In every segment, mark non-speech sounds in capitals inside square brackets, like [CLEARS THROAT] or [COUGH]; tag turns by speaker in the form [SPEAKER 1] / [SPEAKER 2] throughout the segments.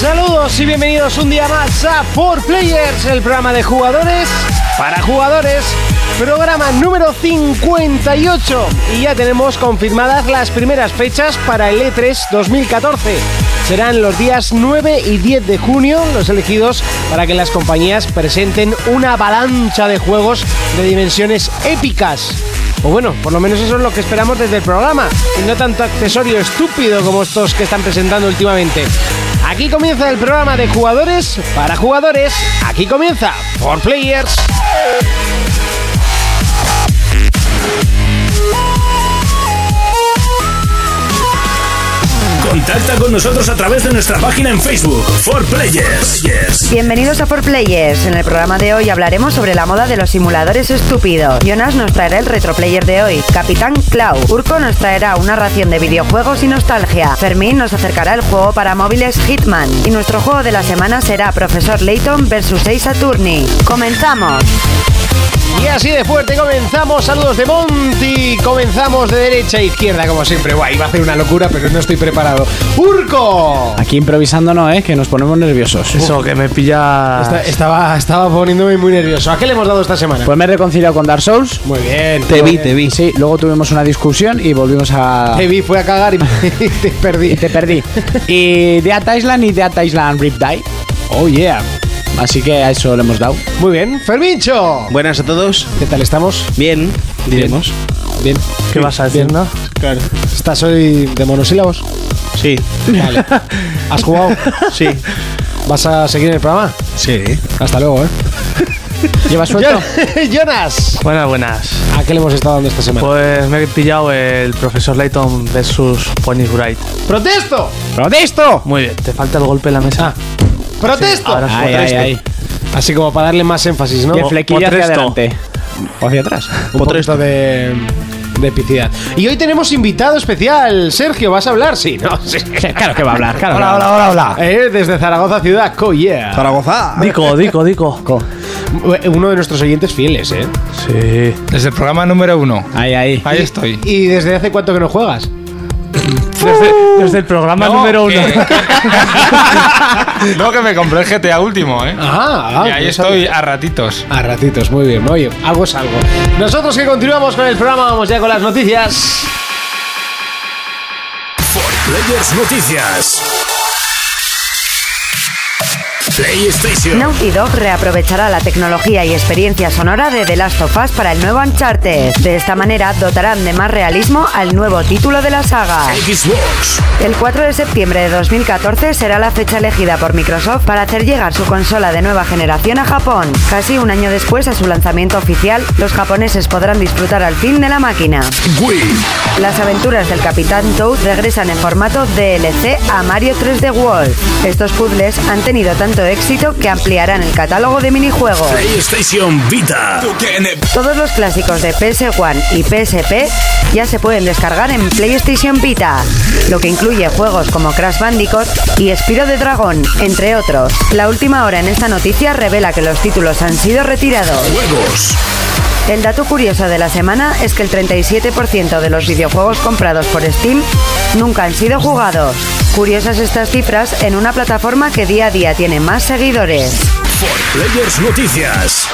[SPEAKER 1] todos y bienvenidos un día más a 4Players, el programa de jugadores para jugadores, programa número 58. Y ya tenemos confirmadas las primeras fechas para el E E3 2014. Serán los días 9 y 10 de junio los elegidos para que las compañías presenten una avalancha de juegos de dimensiones épicas. O bueno, por lo menos eso es lo que esperamos desde el programa. Y no tanto accesorio estúpido como estos que están presentando últimamente. Aquí comienza el programa de jugadores para jugadores. Aquí comienza For Players.
[SPEAKER 2] Contacta con nosotros a través de nuestra página en Facebook, For Players. Yes.
[SPEAKER 3] Bienvenidos a For Players. En el programa de hoy hablaremos sobre la moda de los simuladores estúpidos. Jonas nos traerá el retroplayer de hoy. Capitán Clau. Urco nos traerá una ración de videojuegos y nostalgia. Fermín nos acercará el juego para móviles Hitman. Y nuestro juego de la semana será Profesor Layton vs 6 Attorney. ¡Comenzamos!
[SPEAKER 1] Y así de fuerte comenzamos. Saludos de Monty. Comenzamos de derecha a izquierda, como siempre. Guay, iba a hacer una locura, pero no estoy preparado. ¡Urco!
[SPEAKER 4] Aquí improvisando no es, que nos ponemos nerviosos.
[SPEAKER 5] Eso, que me pilla.
[SPEAKER 1] Esta- estaba, estaba poniéndome muy nervioso. ¿A qué le hemos dado esta semana?
[SPEAKER 4] Pues me he reconciliado con Dark Souls.
[SPEAKER 1] muy bien.
[SPEAKER 5] Te vi, te vi.
[SPEAKER 4] Sí, luego tuvimos una discusión y volvimos a...
[SPEAKER 1] Te vi, fue a cagar y [LAUGHS] y te perdí.
[SPEAKER 4] Y te perdí. y Dead Island y Dead Island Rip Die. Oh yeah. Así que a eso le hemos dado.
[SPEAKER 1] Muy bien, Fermincho.
[SPEAKER 6] Buenas a todos.
[SPEAKER 1] ¿Qué tal estamos?
[SPEAKER 6] Bien, diremos.
[SPEAKER 1] Bien.
[SPEAKER 5] ¿Qué vas a decir, no?
[SPEAKER 6] Claro.
[SPEAKER 1] ¿Estás hoy de monosílabos?
[SPEAKER 6] Sí,
[SPEAKER 1] Vale. [LAUGHS] ¿Has jugado?
[SPEAKER 6] sí,
[SPEAKER 1] ¿Vas a seguir en el programa?
[SPEAKER 6] sí.
[SPEAKER 1] Hasta luego,
[SPEAKER 4] [LAUGHS]
[SPEAKER 1] ¿eh?
[SPEAKER 4] ¿Llevas suelto? [LAUGHS]
[SPEAKER 1] Jonas,
[SPEAKER 5] Buenas, buenas.
[SPEAKER 1] ¿a qué le hemos estado dando esta semana?
[SPEAKER 5] Pues me he pillado el profesor Layton versus Pony Wright.
[SPEAKER 1] ¡Protesto!
[SPEAKER 4] Pues, ¡Protesto!
[SPEAKER 5] Muy bien, te falta el golpe en la
[SPEAKER 1] Ah.
[SPEAKER 5] mesa.
[SPEAKER 1] ¡Protesto!
[SPEAKER 5] ahora
[SPEAKER 4] Ay, ay, ay.
[SPEAKER 1] Así como para darle más énfasis, ¿no?
[SPEAKER 4] Y el flequillo hacia
[SPEAKER 5] Potresto.
[SPEAKER 4] adelante. O hacia atrás.
[SPEAKER 1] Un poquito de, de epicidad. Y hoy tenemos invitado especial. Sergio, ¿vas a hablar? Sí, ¿no? [LAUGHS] Sí.
[SPEAKER 4] Sí, claro que va a hablar, claro. que va a
[SPEAKER 1] Hola,
[SPEAKER 4] hablar.
[SPEAKER 1] hola, hola, hola. Eh, desde Zaragoza Ciudad, co yeah.
[SPEAKER 6] Zaragoza.
[SPEAKER 4] Ah.
[SPEAKER 5] Dico, Dico, Dico.
[SPEAKER 1] Uno de nuestros oyentes fieles, ¿eh?
[SPEAKER 5] Sí.
[SPEAKER 7] Desde el programa número uno.
[SPEAKER 4] Ahí, ahí.
[SPEAKER 7] Ahí estoy.
[SPEAKER 1] ¿Y desde hace cuánto que no juegas?
[SPEAKER 5] Desde, desde el
[SPEAKER 1] Ah,
[SPEAKER 5] programa
[SPEAKER 1] [LAUGHS]
[SPEAKER 5] número uno.
[SPEAKER 7] que- no, que me compré el GTA último, ¿eh?
[SPEAKER 1] Ah,
[SPEAKER 7] y ahí
[SPEAKER 1] no
[SPEAKER 7] estoy a ratitos.
[SPEAKER 1] A ratitos, muy bien. Oye, algo es algo. Nosotros que continuamos con el programa, vamos ya con las noticias.
[SPEAKER 2] Players Noticias. PlayStation.
[SPEAKER 3] Naughty Dog reaprovechará la tecnología y experiencia sonora de The Last of Us para el nuevo Uncharted. De esta manera dotarán de más realismo al nuevo título de la saga.
[SPEAKER 2] Xbox.
[SPEAKER 3] El 4 de septiembre de 2014 será la fecha elegida por Microsoft para hacer llegar su consola de nueva generación a Japón. Casi un año después de su lanzamiento oficial, los japoneses podrán disfrutar al fin de la máquina.
[SPEAKER 2] Wii.
[SPEAKER 3] Las aventuras del Capitán Toad regresan en formato DLC a Mario 3D World. Estos puzzles han tenido tanto éxito que ampliarán el catálogo de minijuegos.
[SPEAKER 2] PlayStation Vita.
[SPEAKER 3] Todos los clásicos de PS1 y PSP ya se pueden descargar en PlayStation Vita, lo que incluye juegos como Crash Bandicoot y Spiro de Dragón, entre otros. La última hora en esta noticia revela que los títulos han sido retirados.
[SPEAKER 2] Juegos.
[SPEAKER 3] El dato curioso de la semana es que el 37% de los videojuegos comprados por Steam nunca han sido jugados. Curiosas estas cifras en una plataforma que día a día tiene más seguidores.
[SPEAKER 2] Players Noticias.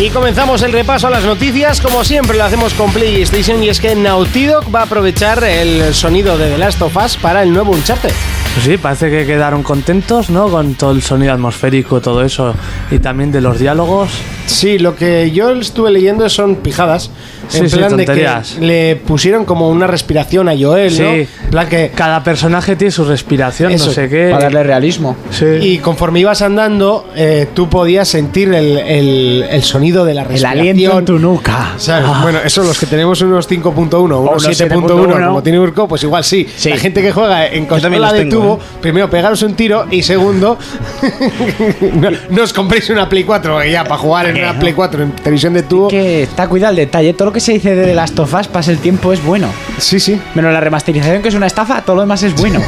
[SPEAKER 1] Y comenzamos el repaso a las noticias, como siempre lo hacemos con PlayStation, y es que Naughty Dog va a aprovechar el sonido de The Last of Us para el nuevo Uncharted.
[SPEAKER 5] Pues sí, parece que quedaron contentos, ¿no? Con todo el sonido atmosférico, todo eso. Y también de los diálogos.
[SPEAKER 1] Sí, lo que yo estuve leyendo son pijadas. En
[SPEAKER 5] Sí, sí,
[SPEAKER 1] plan de que
[SPEAKER 5] tonterías.
[SPEAKER 1] le pusieron como una respiración a Joel, ¿no?
[SPEAKER 5] Sí.
[SPEAKER 1] En plan que-
[SPEAKER 5] Cada personaje tiene su respiración,
[SPEAKER 1] Eso,
[SPEAKER 5] no sé qué.
[SPEAKER 4] Para darle realismo.
[SPEAKER 5] Sí.
[SPEAKER 1] Y conforme ibas andando, eh, tú podías sentir el, el- el sonido de la
[SPEAKER 4] El
[SPEAKER 1] respiración.
[SPEAKER 4] aliento en tu nuca. Ah.
[SPEAKER 1] ¿Sabes? Bueno, eso los que tenemos unos 5.1,
[SPEAKER 4] unos
[SPEAKER 1] unos 7.1,
[SPEAKER 4] 7.1,
[SPEAKER 1] como tiene Urco, pues igual sí.
[SPEAKER 4] Sí.
[SPEAKER 1] La gente que juega
[SPEAKER 6] también
[SPEAKER 1] en consola
[SPEAKER 6] los
[SPEAKER 1] de
[SPEAKER 6] tengo,
[SPEAKER 1] tubo,
[SPEAKER 4] ¿eh?
[SPEAKER 1] primero pegaros un tiro y segundo, [LAUGHS] no, no os compréis una Play 4 que ya para jugar en una Play 4 en televisión de tubo.
[SPEAKER 4] Que está cuidado el detalle. Todo lo que se dice de The Last of Us pasa el tiempo es bueno.
[SPEAKER 1] Sí, sí. [LAUGHS]
[SPEAKER 4] Menos la remasterización, que es una estafa, todo lo demás es bueno.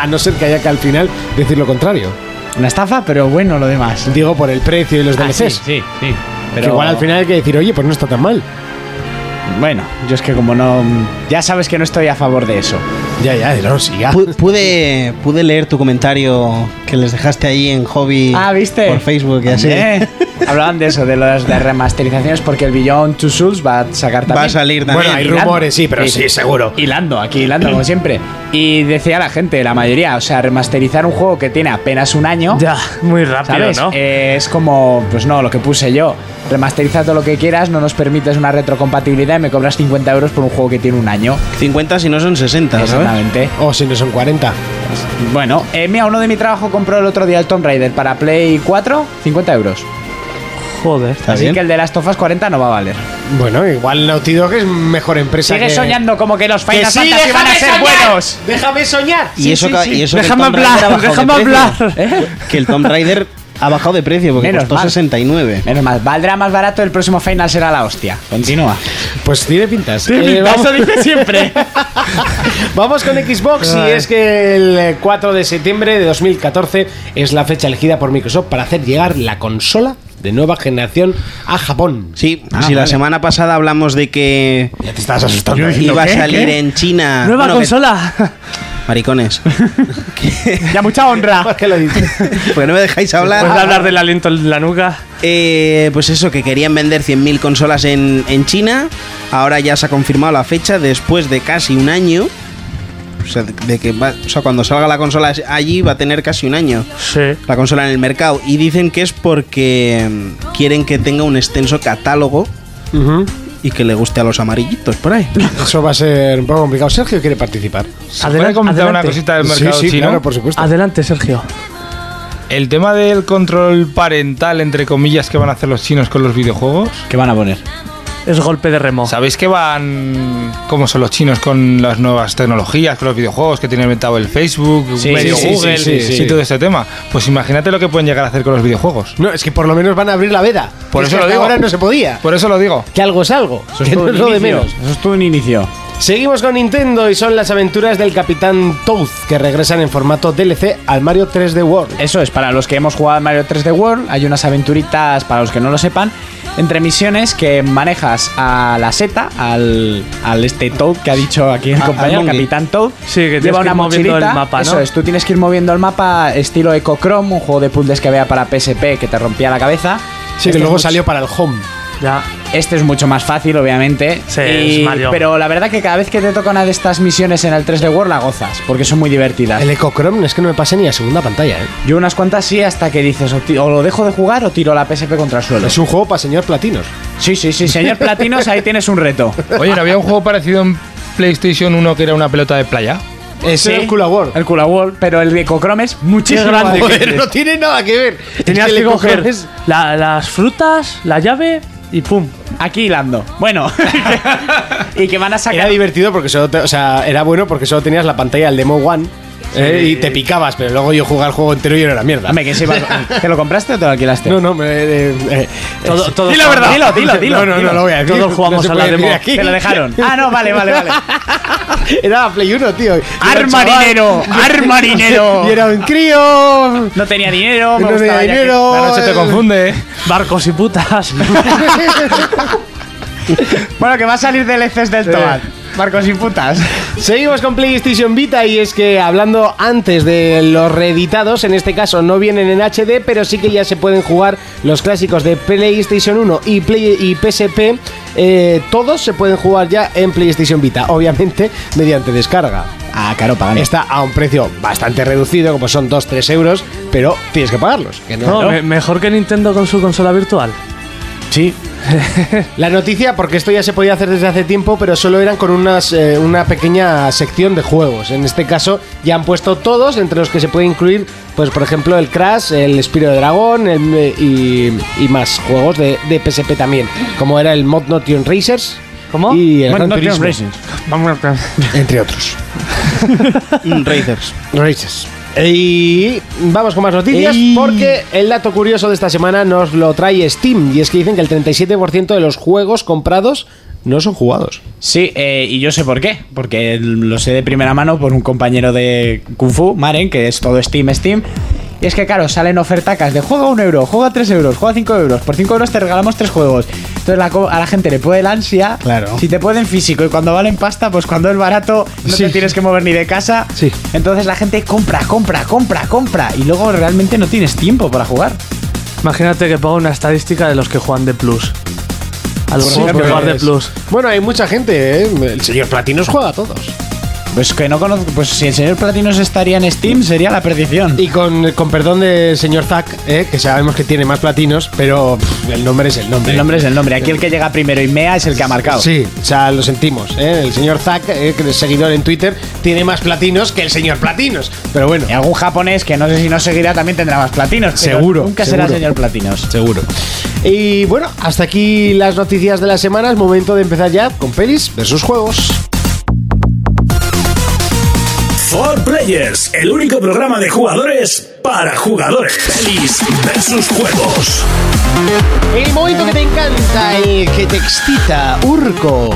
[SPEAKER 1] A no ser que haya que al final decir lo contrario.
[SPEAKER 4] Una estafa, pero bueno lo demás.
[SPEAKER 1] Digo por el precio y los DLCs.
[SPEAKER 4] Ah, sí, sí.
[SPEAKER 1] Que igual al final hay que decir, oye, pues no está tan mal.
[SPEAKER 4] Bueno, yo es que como no. Ya sabes que no estoy a favor de eso.
[SPEAKER 1] Ya, ya, no, sí, ya.
[SPEAKER 8] Pu- Pude, pude leer tu comentario que les dejaste ahí en hobby
[SPEAKER 4] Ah, ¿viste?
[SPEAKER 8] por Facebook y así. [LAUGHS]
[SPEAKER 4] Eh, Hablaban de eso, de las de remasterizaciones, porque el Beyond Two Souls va a sacar también.
[SPEAKER 8] Va a salir también.
[SPEAKER 1] Bueno, hay
[SPEAKER 4] Hilando.
[SPEAKER 1] rumores, sí, pero
[SPEAKER 4] Sí.
[SPEAKER 1] sí, seguro.
[SPEAKER 4] Hilando, aquí hilando, como siempre. Y decía la gente, la mayoría, o sea, remasterizar un juego que tiene apenas un año.
[SPEAKER 5] Ya, muy rápido,
[SPEAKER 4] ¿Sabes?
[SPEAKER 5] ¿no?
[SPEAKER 4] Eh, es como, pues no, lo que puse yo. Remasteriza todo lo que quieras, no nos permites una retrocompatibilidad y me cobras 50 euros por un juego que tiene un año.
[SPEAKER 8] 50 si no son 60, ¿sabes?
[SPEAKER 4] Exactamente.
[SPEAKER 1] O si no son 40.
[SPEAKER 4] Bueno, eh, mira, uno de mi trabajo compró el otro día el Tomb Raider para Play 4, 50 euros.
[SPEAKER 5] Joder.
[SPEAKER 8] Está
[SPEAKER 4] Así
[SPEAKER 8] bien.
[SPEAKER 4] que el de las tofas 40 no va a valer.
[SPEAKER 1] Bueno, igual Naughty Dog es mejor empresa
[SPEAKER 4] Sigue
[SPEAKER 1] que-
[SPEAKER 4] soñando como que los Final
[SPEAKER 1] sí,
[SPEAKER 4] Fantasy van a
[SPEAKER 1] déjame
[SPEAKER 4] ser
[SPEAKER 1] soñar.
[SPEAKER 4] buenos.
[SPEAKER 1] ¡Déjame soñar!
[SPEAKER 8] Y eso, ca- y eso que el
[SPEAKER 5] Déjame
[SPEAKER 8] Tomb Raider
[SPEAKER 5] hablar,
[SPEAKER 8] ha bajado de
[SPEAKER 5] déjame
[SPEAKER 8] precio.
[SPEAKER 5] hablar. [LAUGHS]
[SPEAKER 8] Que el Tomb Raider ha bajado de precio porque
[SPEAKER 4] Menos
[SPEAKER 8] costó
[SPEAKER 4] mal.
[SPEAKER 8] 69.
[SPEAKER 4] Menos mal, valdrá más barato, el próximo Final será la hostia. Continúa.
[SPEAKER 1] Pues tiene pintas.
[SPEAKER 5] Tiene
[SPEAKER 1] Eh,
[SPEAKER 5] pinta,
[SPEAKER 1] vamos,
[SPEAKER 5] eso dice siempre.
[SPEAKER 1] [LAUGHS] vamos con Xbox y es que el eh, 4 de septiembre de 2014 es la fecha elegida por Microsoft para hacer llegar la consola de nueva generación a Japón.
[SPEAKER 8] Sí,
[SPEAKER 4] Ah,
[SPEAKER 8] si la
[SPEAKER 4] vale.
[SPEAKER 8] semana pasada hablamos de que
[SPEAKER 1] Ya te estás asustando.
[SPEAKER 8] iba a
[SPEAKER 5] ¿qué?
[SPEAKER 8] salir
[SPEAKER 5] ¿Qué?
[SPEAKER 8] en China.
[SPEAKER 5] Nueva
[SPEAKER 8] Bueno, que-
[SPEAKER 5] consola. [LAUGHS]
[SPEAKER 8] Maricones.
[SPEAKER 4] [LAUGHS] Ya mucha honra.
[SPEAKER 5] Pues
[SPEAKER 1] ¿Por qué lo dices?
[SPEAKER 8] Porque no me dejáis hablar.
[SPEAKER 5] Después de hablar del aliento en la nuca.
[SPEAKER 8] Eh, pues eso, que querían vender 100.000 consolas en, en China. Ahora ya se ha confirmado la fecha después de casi un año. O sea, de- de que va- o sea, cuando salga la consola allí va a tener casi un año
[SPEAKER 5] Sí.
[SPEAKER 8] la consola en el mercado. Y dicen que es porque mm, quieren que tenga un extenso catálogo y que le guste a los amarillitos por ahí.
[SPEAKER 1] Eso va a ser un poco complicado. Sergio quiere participar.
[SPEAKER 7] ¿Puedes
[SPEAKER 5] Adelante,
[SPEAKER 7] comentar una
[SPEAKER 5] adelante.
[SPEAKER 7] cosita del
[SPEAKER 1] sí,
[SPEAKER 7] mercado
[SPEAKER 1] sí,
[SPEAKER 7] chino?
[SPEAKER 1] claro, por supuesto.
[SPEAKER 5] Adelante, Sergio.
[SPEAKER 7] El tema del control parental, entre comillas, que van a hacer los chinos con los videojuegos.
[SPEAKER 4] ¿Qué van a poner?
[SPEAKER 5] Es golpe de
[SPEAKER 1] Oh.
[SPEAKER 5] remo.
[SPEAKER 7] ¿Sabéis que van cómo son los chinos con las nuevas tecnologías, con los videojuegos que tienen inventado el Facebook,
[SPEAKER 4] Sí,
[SPEAKER 7] medio
[SPEAKER 4] sí, sí,
[SPEAKER 7] Google
[SPEAKER 1] sí, sí,
[SPEAKER 7] y
[SPEAKER 1] sí.
[SPEAKER 7] todo este tema? Pues imagínate lo que pueden llegar a hacer con los videojuegos.
[SPEAKER 1] No, es que por lo menos van a abrir la veda.
[SPEAKER 7] Por
[SPEAKER 1] Es
[SPEAKER 7] eso
[SPEAKER 1] que
[SPEAKER 7] lo
[SPEAKER 1] hasta
[SPEAKER 7] digo.
[SPEAKER 1] Ahora no se podía.
[SPEAKER 7] Por eso lo digo.
[SPEAKER 1] Que algo es algo. Que no es lo de menos.
[SPEAKER 4] Eso es un inicio.
[SPEAKER 1] Seguimos con Nintendo y son las aventuras del Capitán Toad que regresan en formato DLC al Mario 3D World.
[SPEAKER 4] Eso es, para los que hemos jugado al Mario 3D World, hay unas aventuritas, para los que no lo sepan, entre misiones que manejas a la seta, al, al este Toad que ha dicho aquí el
[SPEAKER 8] A-
[SPEAKER 4] compañero,
[SPEAKER 8] al
[SPEAKER 4] el
[SPEAKER 8] monkey.
[SPEAKER 4] Capitán Toad.
[SPEAKER 5] Sí, que tienes que ir moviendo el mapa, ¿no?
[SPEAKER 4] Eso es, tú tienes que ir moviendo el mapa estilo Ecochrome, un juego de puzzles que había para PSP que te rompía la cabeza.
[SPEAKER 1] Sí, que
[SPEAKER 4] Este es
[SPEAKER 1] luego
[SPEAKER 4] mucho-
[SPEAKER 1] salió para el home.
[SPEAKER 5] Ya.
[SPEAKER 4] Este es mucho más fácil, obviamente.
[SPEAKER 5] Sí, es Mario.
[SPEAKER 4] Pero la verdad que cada vez que te toca una de estas misiones en el 3D World la gozas, porque son muy divertidas.
[SPEAKER 1] El Ecochrome es que no me pasé ni a segunda pantalla. ¿eh?
[SPEAKER 4] Yo unas cuantas sí hasta que dices o, ti- o lo dejo de jugar o tiro la PSP contra el suelo.
[SPEAKER 1] Es un juego para señor platinos.
[SPEAKER 4] Sí, sí, sí, señor Platinos, ahí tienes un reto.
[SPEAKER 1] [LAUGHS]
[SPEAKER 7] Oye, ¿no había un juego parecido en PlayStation 1 que era una pelota de playa?
[SPEAKER 1] Es
[SPEAKER 4] Sí.
[SPEAKER 1] el Kula World.
[SPEAKER 4] El Kula World, pero el de Cochrome es muchísimo
[SPEAKER 5] Qué
[SPEAKER 4] más
[SPEAKER 5] grande.
[SPEAKER 4] difícil.
[SPEAKER 1] Joder, no tiene nada que ver.
[SPEAKER 5] Tenías
[SPEAKER 1] Es el
[SPEAKER 5] que coger
[SPEAKER 1] Ecochrome es-
[SPEAKER 5] la- las frutas, la llave y pum.
[SPEAKER 4] Aquí hilando.
[SPEAKER 1] [LAUGHS]
[SPEAKER 4] Bueno. [LAUGHS] y que van a
[SPEAKER 1] Era
[SPEAKER 4] sacar...
[SPEAKER 1] divertido porque solo, te- o sea, era bueno porque solo tenías la pantalla del Demo One ¿eh? y te picabas, pero luego yo jugaba el juego entero y era una mierda.
[SPEAKER 4] Hombre, que se iba...
[SPEAKER 1] [LAUGHS]
[SPEAKER 4] ¿Te lo compraste o te lo alquilaste?
[SPEAKER 1] No, no, me, eh, eh,
[SPEAKER 5] Todo, todo
[SPEAKER 4] Dilo verdad. Dilo, dilo, dilo.
[SPEAKER 1] No, no,
[SPEAKER 4] dilo.
[SPEAKER 1] no lo voy a decir.
[SPEAKER 5] Todos jugamos
[SPEAKER 1] No se
[SPEAKER 5] a la
[SPEAKER 1] puede
[SPEAKER 5] demo.
[SPEAKER 1] decir aquí.
[SPEAKER 4] Te lo dejaron. Ah, no, vale, vale, vale.
[SPEAKER 1] [LAUGHS] Era la Play 1, tío.
[SPEAKER 4] Armarinero,
[SPEAKER 1] [LAUGHS]
[SPEAKER 4] armarinero.
[SPEAKER 1] Y era un crío.
[SPEAKER 4] No tenía dinero,
[SPEAKER 1] [LAUGHS]
[SPEAKER 4] me
[SPEAKER 1] No tenía
[SPEAKER 4] gustaba ya que-
[SPEAKER 1] dinero.
[SPEAKER 7] La noche te confunde, ¿eh?
[SPEAKER 5] Barcos y putas.
[SPEAKER 4] Bueno, que va a salir DLCs del E Toad. Marcos y putas.
[SPEAKER 1] Seguimos con PlayStation Vita y es que hablando antes de los reeditados, en este caso no vienen en HD, pero sí que ya se pueden jugar los clásicos de PlayStation 1 y, Play- y PSP. eh, todos se pueden jugar ya en PlayStation Vita, obviamente mediante descarga.
[SPEAKER 4] Ah, caro, pagando.
[SPEAKER 1] Está a un precio bastante reducido, como son 2-3 euros, pero tienes que pagarlos. que no-
[SPEAKER 5] No, me- mejor que Nintendo con su consola virtual.
[SPEAKER 4] Sí.
[SPEAKER 1] [LAUGHS] La noticia, porque esto ya se podía hacer desde hace tiempo, pero solo eran con unas, eh, una pequeña sección de juegos. En este caso ya han puesto todos, entre los que se puede incluir, pues por ejemplo, el Crash, el Spiro de Dragón el, eh, y, y más juegos de, de PSP también, como era el Mod Notion Racers.
[SPEAKER 5] ¿Cómo?
[SPEAKER 1] Y el
[SPEAKER 5] Mod
[SPEAKER 1] Gran
[SPEAKER 5] Notion
[SPEAKER 1] Turismo,
[SPEAKER 5] Racing. Vamos a
[SPEAKER 1] entre otros.
[SPEAKER 8] Mm, Raiders.
[SPEAKER 1] Racers. Y vamos con más noticias porque el dato curioso de esta semana nos lo trae Steam y es que dicen que el 37% de los juegos comprados no son jugados.
[SPEAKER 4] Sí, eh, y yo sé por qué. Porque lo sé de primera mano por un compañero de Kung Fu, Maren, que es todo Steam, Steam. Y es que, claro, salen ofertacas de juega 1 euro, juega 3 euros, juega 5 euros. Por 5 euros te regalamos 3 juegos. Entonces la co- a la gente le puede el ansia.
[SPEAKER 8] Claro.
[SPEAKER 4] Si te pueden físico y cuando valen pasta, pues cuando es barato no
[SPEAKER 7] Sí,
[SPEAKER 4] te tienes
[SPEAKER 7] sí.
[SPEAKER 4] que mover ni de casa.
[SPEAKER 7] Sí.
[SPEAKER 4] Entonces la gente compra, compra, compra, compra. Y luego realmente no tienes tiempo para jugar.
[SPEAKER 5] Imagínate que ponga una estadística de los que juegan de plus. A los
[SPEAKER 7] Sí,
[SPEAKER 5] juegos que
[SPEAKER 7] pero
[SPEAKER 5] juegan de
[SPEAKER 7] es-
[SPEAKER 5] plus.
[SPEAKER 1] Bueno, hay mucha gente, ¿eh? El señor Platinos juega a todos.
[SPEAKER 4] Pues que no conozco. Pues si el señor Platinos estaría en Steam, sería la perdición.
[SPEAKER 1] Y con, con perdón del señor Zack, ¿eh? que sabemos que tiene más platinos, pero pff, el nombre es el nombre.
[SPEAKER 4] El nombre es el nombre. Aquí el que llega primero y mea es el que ha marcado.
[SPEAKER 1] Sí, o sea, lo sentimos. ¿eh? El señor Zack, ¿eh? que es seguidor en Twitter, tiene más platinos que el señor Platinos. Pero bueno,
[SPEAKER 4] Y algún japonés que no sé si no seguirá también tendrá más platinos. pero
[SPEAKER 1] Seguro,
[SPEAKER 4] Nunca será
[SPEAKER 1] seguro.
[SPEAKER 4] señor platinos.
[SPEAKER 1] seguro. Y bueno, hasta aquí las noticias de la semana. Es momento de empezar ya con pelis versus juegos.
[SPEAKER 2] Four Players, el único programa de jugadores para jugadores. Pelis versus juegos.
[SPEAKER 1] El momento que te encanta, el que te excita, Urco.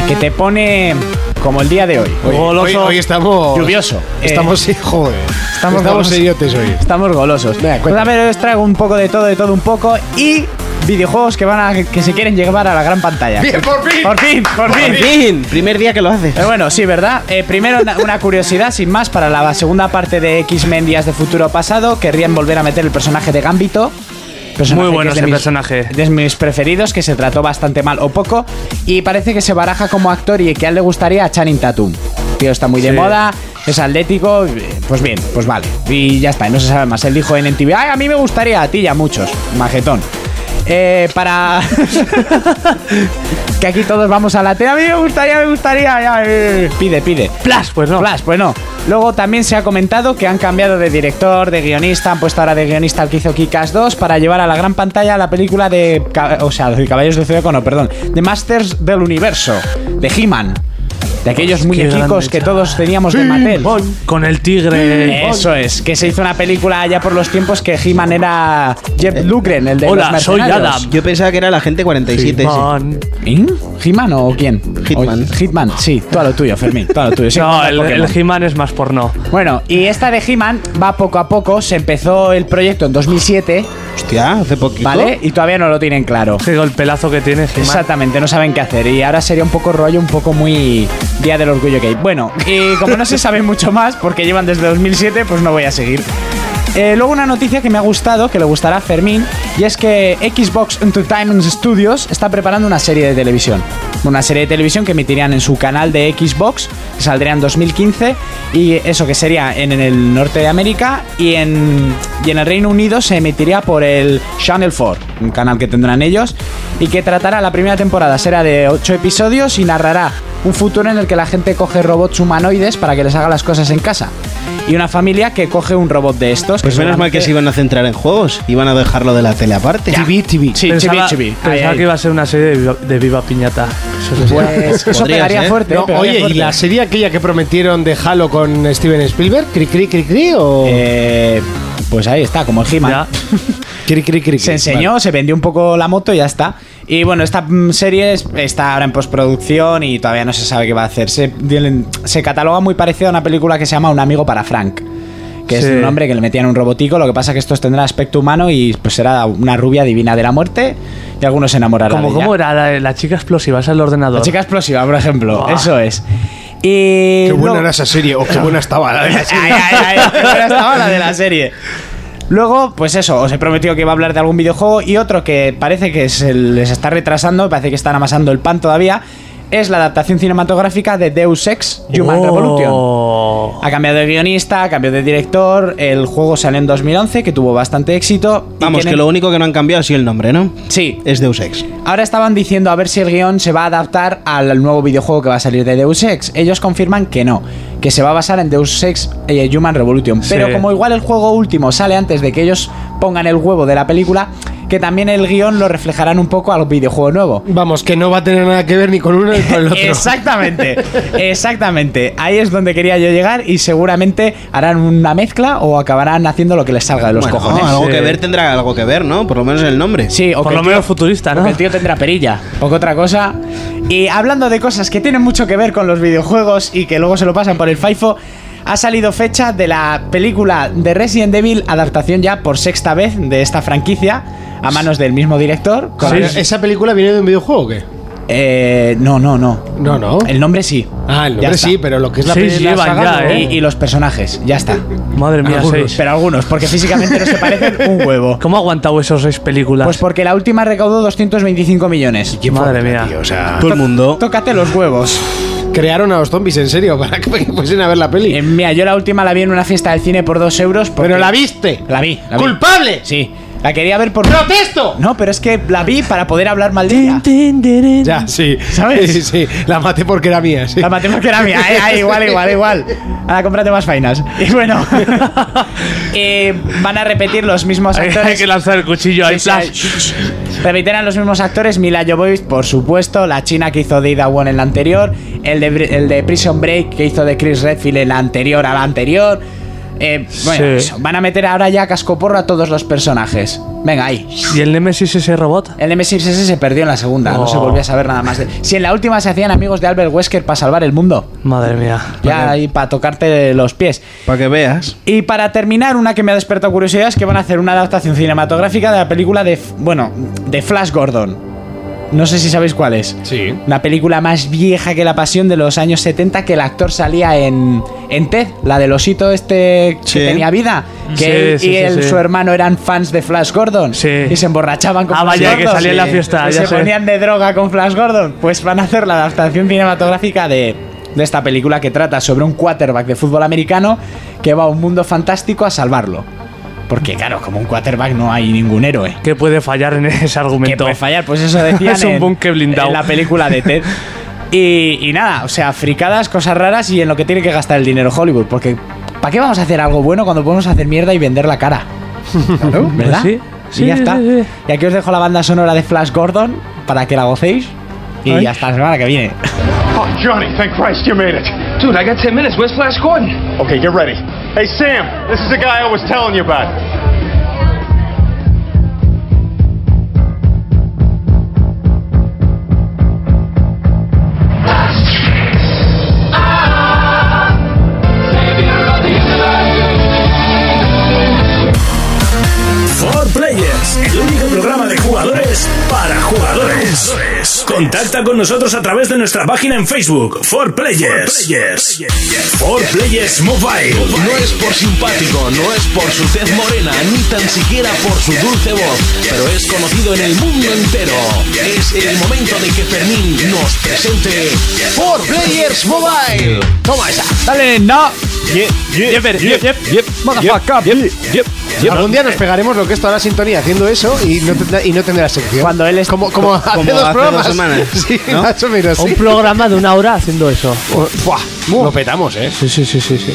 [SPEAKER 4] El que te pone como el día de hoy.
[SPEAKER 1] Hoy, hoy- hoy estamos
[SPEAKER 4] Lluvioso.
[SPEAKER 1] Estamos, joder,
[SPEAKER 4] estamos
[SPEAKER 1] estamos,
[SPEAKER 4] golosos.
[SPEAKER 1] idiotes hoy.
[SPEAKER 4] Estamos golosos.
[SPEAKER 1] Venga,
[SPEAKER 4] pues
[SPEAKER 1] cuenta.
[SPEAKER 4] a ver, os traigo un poco de todo, de todo un poco y videojuegos que van a, que se quieren llevar a la gran pantalla.
[SPEAKER 1] Bien, por fin.
[SPEAKER 4] Por fin, por fin.
[SPEAKER 8] Bien, primer día que lo haces.
[SPEAKER 4] Eh, bueno, sí, ¿verdad? Eh, primero, una, una curiosidad, sin más, para la segunda parte de X-Men Días de Futuro Pasado, querrían volver a meter el personaje de Gambito. Personaje
[SPEAKER 5] Muy
[SPEAKER 4] que
[SPEAKER 5] bueno
[SPEAKER 4] es de
[SPEAKER 5] ese
[SPEAKER 4] mis-
[SPEAKER 5] personaje.
[SPEAKER 4] De mis preferidos, que se trató bastante mal o poco. Y parece que se baraja como actor y que a él le gustaría a Channing Tatum. Tío, está muy de
[SPEAKER 5] Sí.
[SPEAKER 4] moda, es atlético. eh, Pues bien, pues vale. Y ya está, y no se sabe más. Él dijo en NTV, ay, a mí me gustaría, a ti y a muchos. Majetón. Eh, para. [LAUGHS] que aquí todos vamos a la tele. A mí me gustaría, me gustaría. ya, eh". Pide, pide.
[SPEAKER 5] Plas, pues no.
[SPEAKER 4] Flash, pues no. Luego también se ha comentado que han cambiado de director, de guionista, han puesto ahora de guionista al que hizo Kikas 2 para llevar a la gran pantalla la película de. ca- O sea, de Caballeros del Zodíaco, no, perdón. De Masters del Universo, de He-Man. De aquellos muñequicos
[SPEAKER 5] grande,
[SPEAKER 4] que
[SPEAKER 5] chaval.
[SPEAKER 4] todos teníamos de Mattel.
[SPEAKER 5] Con el tigre.
[SPEAKER 4] Eso es, que se hizo una película allá por los tiempos que He-Man era Jeff Lugren, el de
[SPEAKER 5] Eh, Hola,
[SPEAKER 4] los
[SPEAKER 5] soy
[SPEAKER 4] mercenarios.
[SPEAKER 5] Adam.
[SPEAKER 8] Yo pensaba que era la gente 47. sí.
[SPEAKER 5] Man.
[SPEAKER 4] ¿Eh? ¿He-Man o quién?
[SPEAKER 8] Hitman.
[SPEAKER 4] O- Hitman, sí, todo lo tuyo, Fermín, todo lo tuyo. Sí,
[SPEAKER 5] [LAUGHS] No,
[SPEAKER 4] como
[SPEAKER 5] el,
[SPEAKER 4] Pokémon.
[SPEAKER 5] el He-Man es más porno.
[SPEAKER 4] Bueno, y esta de He-Man va poco a poco. Se empezó el proyecto en 2007,
[SPEAKER 8] Hostia, hace poquito.
[SPEAKER 4] ¿vale? Y todavía no lo tienen claro.
[SPEAKER 5] Digo, el pelazo que tiene He-Man.
[SPEAKER 4] Exactamente, no saben qué hacer. Y ahora sería un poco rollo, un poco muy Día del Orgullo Gay. Bueno, y como no se sabe mucho más, porque llevan desde 2007, pues no voy a seguir. Eh, luego una noticia que me ha gustado, que le gustará a Fermín, y es que Xbox Entertainment Studios está preparando una serie de televisión. Una serie de televisión que emitirían en su canal de Xbox, que saldría en 2015, y eso que sería en, en el norte de América, y en, y en el Reino Unido se emitiría por el Channel 4, un canal que tendrán ellos, y que tratará la primera temporada, será de 8 episodios y narrará un futuro en el que la gente coge robots humanoides para que les haga las cosas en casa. Y una familia que coge un robot de estos.
[SPEAKER 8] Pues menos mal
[SPEAKER 4] seguramente-
[SPEAKER 8] que se iban a centrar en juegos. Iban a dejarlo de la tele aparte.
[SPEAKER 4] Sí,
[SPEAKER 5] Pensaba,
[SPEAKER 4] chibi, chibi.
[SPEAKER 5] pensaba
[SPEAKER 4] Ahí,
[SPEAKER 5] que
[SPEAKER 4] ahí.
[SPEAKER 5] iba a ser una serie de Viva, de Viva Piñata.
[SPEAKER 4] Pues eso
[SPEAKER 8] Podrías,
[SPEAKER 4] pegaría
[SPEAKER 8] ¿eh?
[SPEAKER 4] fuerte.
[SPEAKER 1] No,
[SPEAKER 4] eh, pegaría
[SPEAKER 1] oye, ¿y
[SPEAKER 4] fuerte.
[SPEAKER 1] la serie aquella que prometieron de Halo con Steven Spielberg? ¿Cri, cri, cri, cri o...?
[SPEAKER 4] Eh, pues ahí está, como el He-Man.
[SPEAKER 5] Ya.
[SPEAKER 1] Cri, cri, cri, cri.
[SPEAKER 4] Se enseñó,
[SPEAKER 1] Vale.
[SPEAKER 4] se vendió un poco la moto y ya está. Y bueno, esta mm, serie es- está ahora en postproducción y todavía no se sabe qué va a hacer. Se, dielen- se cataloga muy parecida a una película que se llama Un amigo para Frank. Que es
[SPEAKER 5] Sí.
[SPEAKER 4] de un hombre que le metían un robotico, lo que pasa que estos tendrán aspecto humano y pues será una rubia divina de la muerte y algunos se enamorarán
[SPEAKER 5] Como
[SPEAKER 4] de ella.
[SPEAKER 5] cómo era la, la chica explosiva, esa es el ordenador.
[SPEAKER 4] La chica explosiva, por ejemplo,
[SPEAKER 5] Buah.
[SPEAKER 4] eso es.
[SPEAKER 1] Qué
[SPEAKER 4] Y luego-
[SPEAKER 1] buena era esa serie, o qué buena estaba la verdad.
[SPEAKER 5] [LAUGHS]
[SPEAKER 4] ay, ay, ay, qué buena estaba la de la serie. Luego, pues eso, os he prometido que iba a hablar de algún videojuego y otro que parece que se les está retrasando, parece que están amasando el pan todavía, es la adaptación cinematográfica de Deus Ex Human
[SPEAKER 8] Oh.
[SPEAKER 4] Revolution.
[SPEAKER 5] Oh.
[SPEAKER 4] Ha cambiado de guionista, ha cambiado de director, el juego salió en 2011, que tuvo bastante éxito. y
[SPEAKER 8] Vamos,
[SPEAKER 4] tienen-
[SPEAKER 8] que lo único que no han cambiado ha sido el nombre, ¿no?
[SPEAKER 4] Sí,
[SPEAKER 8] Es Deus Ex.
[SPEAKER 4] Ahora estaban diciendo a ver si el guión se va a adaptar al nuevo videojuego que va a salir de Deus Ex. Ellos confirman que no, que se va a basar en Deus Ex eh, Human Revolution. Pero
[SPEAKER 5] Sí.
[SPEAKER 4] como igual el juego último sale antes de que ellos pongan el huevo de la película, que también el guión lo reflejarán un poco al videojuego nuevo.
[SPEAKER 1] Vamos, que no va a tener nada que ver ni con uno ni con el otro.
[SPEAKER 4] Exactamente, exactamente. Ahí es donde quería yo llegar y seguramente harán una mezcla o acabarán haciendo lo que les salga de los
[SPEAKER 8] Bueno,
[SPEAKER 4] cojones.
[SPEAKER 8] algo
[SPEAKER 5] sí.
[SPEAKER 8] que ver tendrá algo que ver, ¿no? Por lo menos el nombre.
[SPEAKER 4] Sí, o
[SPEAKER 5] Por
[SPEAKER 4] que
[SPEAKER 5] lo
[SPEAKER 4] el tío-
[SPEAKER 5] menos futurista,
[SPEAKER 4] O
[SPEAKER 5] ¿no?
[SPEAKER 4] que el tío tendrá perilla. Poco otra cosa. Y hablando de cosas que tienen mucho que ver con los videojuegos y que luego se lo pasan por el FIFO, ha salido fecha de la película de Resident Evil, adaptación ya por sexta vez de esta franquicia. a manos del mismo director. con-
[SPEAKER 1] Pero, ¿Esa película viene de un videojuego o qué?
[SPEAKER 4] Eh, no, no, no.
[SPEAKER 1] No, no.
[SPEAKER 4] El nombre sí.
[SPEAKER 1] Ah, el
[SPEAKER 4] Ya
[SPEAKER 1] nombre
[SPEAKER 4] está.
[SPEAKER 1] sí, pero lo que es la
[SPEAKER 5] Sí,
[SPEAKER 1] película.
[SPEAKER 5] sí,
[SPEAKER 1] la
[SPEAKER 5] van
[SPEAKER 1] saga,
[SPEAKER 5] ya,
[SPEAKER 1] no.
[SPEAKER 5] ¿eh?
[SPEAKER 4] Y, y los personajes, ya está.
[SPEAKER 5] Madre mía,
[SPEAKER 4] Algunos,
[SPEAKER 5] seis.
[SPEAKER 4] pero algunos, porque físicamente no se parecen un huevo.
[SPEAKER 5] ¿Cómo ha aguantado esos seis películas?
[SPEAKER 4] Pues porque la última recaudó 225 millones.
[SPEAKER 5] Madre mía.
[SPEAKER 1] Tío, o sea,
[SPEAKER 8] Todo el mundo.
[SPEAKER 4] Tócate los huevos.
[SPEAKER 1] crearon a los zombies en serio para que [LAUGHS] fuesen a ver la peli.
[SPEAKER 4] Eh, mira, yo la última la vi en una fiesta del cine por 2 euros. porque-
[SPEAKER 1] pero la viste.
[SPEAKER 4] La vi. la vi.
[SPEAKER 1] ¡Culpable!
[SPEAKER 4] Sí. La quería ver por.
[SPEAKER 1] ¡Protesto!
[SPEAKER 4] No, pero es que la vi para poder hablar mal de ella.
[SPEAKER 1] Ya, sí.
[SPEAKER 4] ¿Sabes?
[SPEAKER 1] Sí, sí. La maté porque era mía, sí.
[SPEAKER 4] La matemática era mía, eh, ah, igual, igual, igual. Ahora cómprate más vainas. Y bueno, [LAUGHS] eh, van a repetir los mismos
[SPEAKER 5] Hay,
[SPEAKER 4] actores.
[SPEAKER 5] hay que lanzar el cuchillo ahí.
[SPEAKER 4] Sí, sí,
[SPEAKER 5] flash.
[SPEAKER 4] [LAUGHS] hay- Repetirán los mismos actores, Mila Jovovich, por supuesto, la china que hizo de Ida Wong en la anterior, el de, Br- el de Prison Break que hizo de Chris Redfield en la anterior a la anterior. Eh, bueno,
[SPEAKER 5] Sí.
[SPEAKER 4] eso, van a meter ahora ya a cascoporro a todos los personajes. Venga, ahí.
[SPEAKER 5] ¿Y el Nemesis ese robot?
[SPEAKER 4] El M6S se perdió en la segunda, no se
[SPEAKER 5] Oh.
[SPEAKER 4] volvió a saber nada más de... Si en la última se hacían amigos de Albert Wesker para salvar el mundo.
[SPEAKER 5] Madre mía.
[SPEAKER 4] Ya ahí para tocarte los pies.
[SPEAKER 8] Para que veas.
[SPEAKER 4] Y para terminar, una que me ha despertado curiosidad es que van a hacer una adaptación cinematográfica de la película de, bueno, de Flash Gordon. No sé si sabéis cuál es.
[SPEAKER 1] Sí.
[SPEAKER 4] Una película más vieja que La Pasión de los años 70 que el actor salía en, en Ted, la del osito este que
[SPEAKER 8] Sí.
[SPEAKER 4] tenía vida. Que
[SPEAKER 5] Mm. Sí,
[SPEAKER 4] él
[SPEAKER 5] sí,
[SPEAKER 4] y
[SPEAKER 5] sí,
[SPEAKER 4] él,
[SPEAKER 5] sí.
[SPEAKER 4] su hermano eran fans de Flash Gordon.
[SPEAKER 5] Sí.
[SPEAKER 4] Y se emborrachaban con
[SPEAKER 5] Ah,
[SPEAKER 4] Flash
[SPEAKER 5] vaya, que
[SPEAKER 4] Gordon.
[SPEAKER 5] salía en la fiesta,
[SPEAKER 4] Y
[SPEAKER 5] ya
[SPEAKER 4] se
[SPEAKER 5] sé.
[SPEAKER 4] ponían de droga con Flash Gordon. Pues van a hacer la adaptación cinematográfica de, de esta película que trata sobre un quarterback de fútbol americano que va a un mundo fantástico a salvarlo. Porque claro, como un quarterback no hay ningún héroe.
[SPEAKER 5] ¿Qué puede fallar en ese
[SPEAKER 4] Que
[SPEAKER 5] argumento?
[SPEAKER 4] puede fallar, pues
[SPEAKER 5] [LAUGHS]
[SPEAKER 4] eso decían
[SPEAKER 5] Es un
[SPEAKER 4] en-
[SPEAKER 5] búnker blindado.
[SPEAKER 4] en la película de Ted. Y, y nada, o sea, fricadas, cosas raras y en lo que tiene que gastar el dinero Hollywood. Porque, ¿para qué vamos a hacer algo bueno cuando podemos hacer mierda y vender la cara? ¿Verdad?
[SPEAKER 5] Pues sí.
[SPEAKER 4] y
[SPEAKER 5] Sí,
[SPEAKER 4] ya está.
[SPEAKER 5] sí, sí.
[SPEAKER 4] Y aquí os dejo la banda sonora de Flash Gordon para que la gocéis. Y
[SPEAKER 5] Ay.
[SPEAKER 4] hasta la semana que viene.
[SPEAKER 9] Oh, Johnny, thank Christ you made it. Dude, I got 10 minutes. Where's Flash Gordon? Okay, get ready. Hey, Sam, this is the guy I was telling you about.
[SPEAKER 2] For Players, el único programa de jugadores para jugadores. Contacta con nosotros a través de nuestra página en Facebook, For Players. For Players Mobile.
[SPEAKER 10] No es por simpático, no es por su tez morena, ni tan siquiera por su dulce voz, pero es conocido en el mundo entero. Es el momento de que Fermín nos presente For Players Mobile. Toma esa.
[SPEAKER 4] Dale, no.
[SPEAKER 1] Algún día nos pegaremos lo que es toda la sintonía haciendo eso y no, tendrá, y no tendrá sección.
[SPEAKER 4] Cuando él es-
[SPEAKER 1] Como, como hace dos
[SPEAKER 8] hace
[SPEAKER 1] programas.
[SPEAKER 8] dos semanas,
[SPEAKER 1] [LAUGHS] Sí,
[SPEAKER 8] ¿no?
[SPEAKER 1] más o menos.
[SPEAKER 5] Un
[SPEAKER 1] sí.
[SPEAKER 5] programa de una hora haciendo eso.
[SPEAKER 1] Buah, Lo petamos, ¿eh?
[SPEAKER 5] Sí, sí, sí, sí. sí.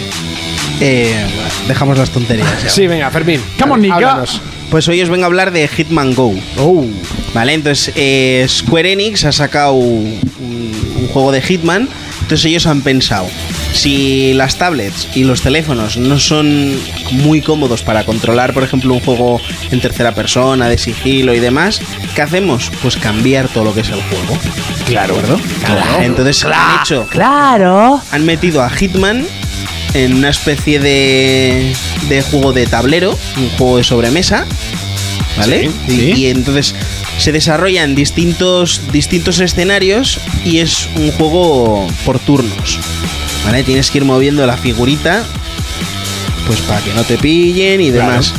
[SPEAKER 8] Eh, dejamos las tonterías. ya.
[SPEAKER 1] Sí, venga, Fermín.
[SPEAKER 4] Come on, nigga.
[SPEAKER 1] háblanos.
[SPEAKER 8] Pues hoy os vengo a hablar de Hitman Go. Vale, entonces eh, Square Enix ha sacado un, un juego de Hitman. Entonces ellos han pensado, si las tablets y los teléfonos no son muy cómodos para controlar, por ejemplo, un juego en tercera persona, de sigilo y demás, ¿qué hacemos? Pues cambiar todo lo que es el juego. Claro, Claro. Entonces han hecho
[SPEAKER 5] Claro.
[SPEAKER 8] han metido a Hitman en una especie de, de juego de tablero, un juego de sobremesa, ¿vale? y, y entonces se desarrollan distintos, distintos escenarios y es un juego por turnos, ¿vale? Tienes que ir moviendo la figurita, pues para que no te pillen y demás.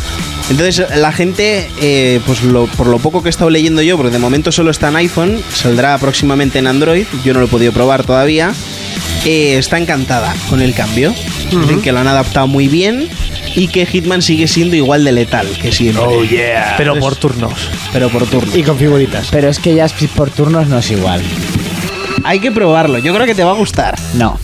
[SPEAKER 8] Entonces la gente, eh, pues lo- por lo poco que he estado leyendo yo, porque de momento solo está en iPhone, saldrá próximamente en Android, yo no lo he podido probar todavía, eh, está encantada con el cambio. Dicen que lo han adaptado muy bien y que Hitman sigue siendo igual de letal que siempre,
[SPEAKER 4] Ah,
[SPEAKER 5] Pero
[SPEAKER 4] pues
[SPEAKER 5] por turnos.
[SPEAKER 8] pero por turno.
[SPEAKER 1] Y con figuritas.
[SPEAKER 4] Pero es que ya por turnos no es igual.
[SPEAKER 8] Hay que probarlo, yo creo que te va a gustar.
[SPEAKER 4] No.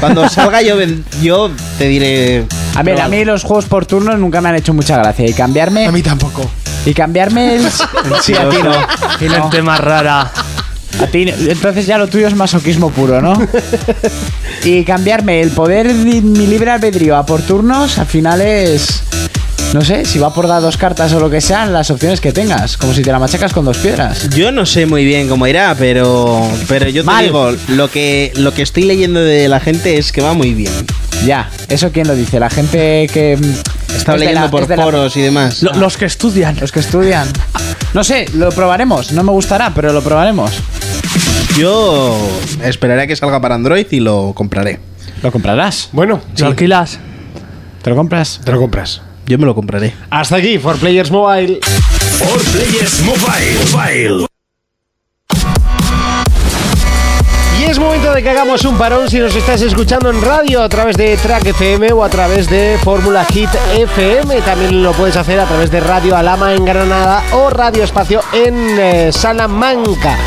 [SPEAKER 8] Cuando salga yo, ven- yo te diré...
[SPEAKER 4] A ver, a mí los juegos por turnos nunca me han hecho mucha gracia. Y cambiarme. A mí tampoco. Y cambiarme [LAUGHS]
[SPEAKER 5] [LAUGHS]
[SPEAKER 4] el. sí, a ti no. A ti no.
[SPEAKER 5] Gente más rara.
[SPEAKER 4] A ti no. Entonces ya lo tuyo es masoquismo puro, ¿no? Y cambiarme el poder de mi libre albedrío a por turnos, al final es. No sé, si va por dar dos cartas o lo que sean, las opciones que tengas. Como si te la machacas con dos piedras.
[SPEAKER 8] Yo no sé muy bien cómo irá, pero, pero yo te
[SPEAKER 4] Mal.
[SPEAKER 8] digo, lo que, lo que estoy leyendo de la gente es que va muy bien.
[SPEAKER 4] Ya, ¿eso quién lo dice? La gente que. mm,
[SPEAKER 8] Estaba
[SPEAKER 4] Es de
[SPEAKER 8] leyendo
[SPEAKER 4] la-
[SPEAKER 8] por
[SPEAKER 4] es de la-
[SPEAKER 8] foros y demás.
[SPEAKER 4] Los que estudian. Los que estudian. No sé, lo probaremos. No me gustará, pero lo probaremos.
[SPEAKER 8] Yo esperaré a que salga para Android y lo compraré.
[SPEAKER 4] ¿Lo comprarás?
[SPEAKER 1] Bueno,
[SPEAKER 5] ¿Lo alquilas?
[SPEAKER 4] ¿Te lo compras?
[SPEAKER 1] Te lo compras.
[SPEAKER 8] Yo me lo compraré.
[SPEAKER 1] Hasta aquí, For Players Mobile.
[SPEAKER 2] For Players Mobile. Mobile.
[SPEAKER 1] Y es momento de que hagamos un parón si nos estás escuchando en radio a través de Track FM o a través de Fórmula Hit FM. También lo puedes hacer a través de Radio Alama en Granada o Radio Espacio en eh, Salamanca.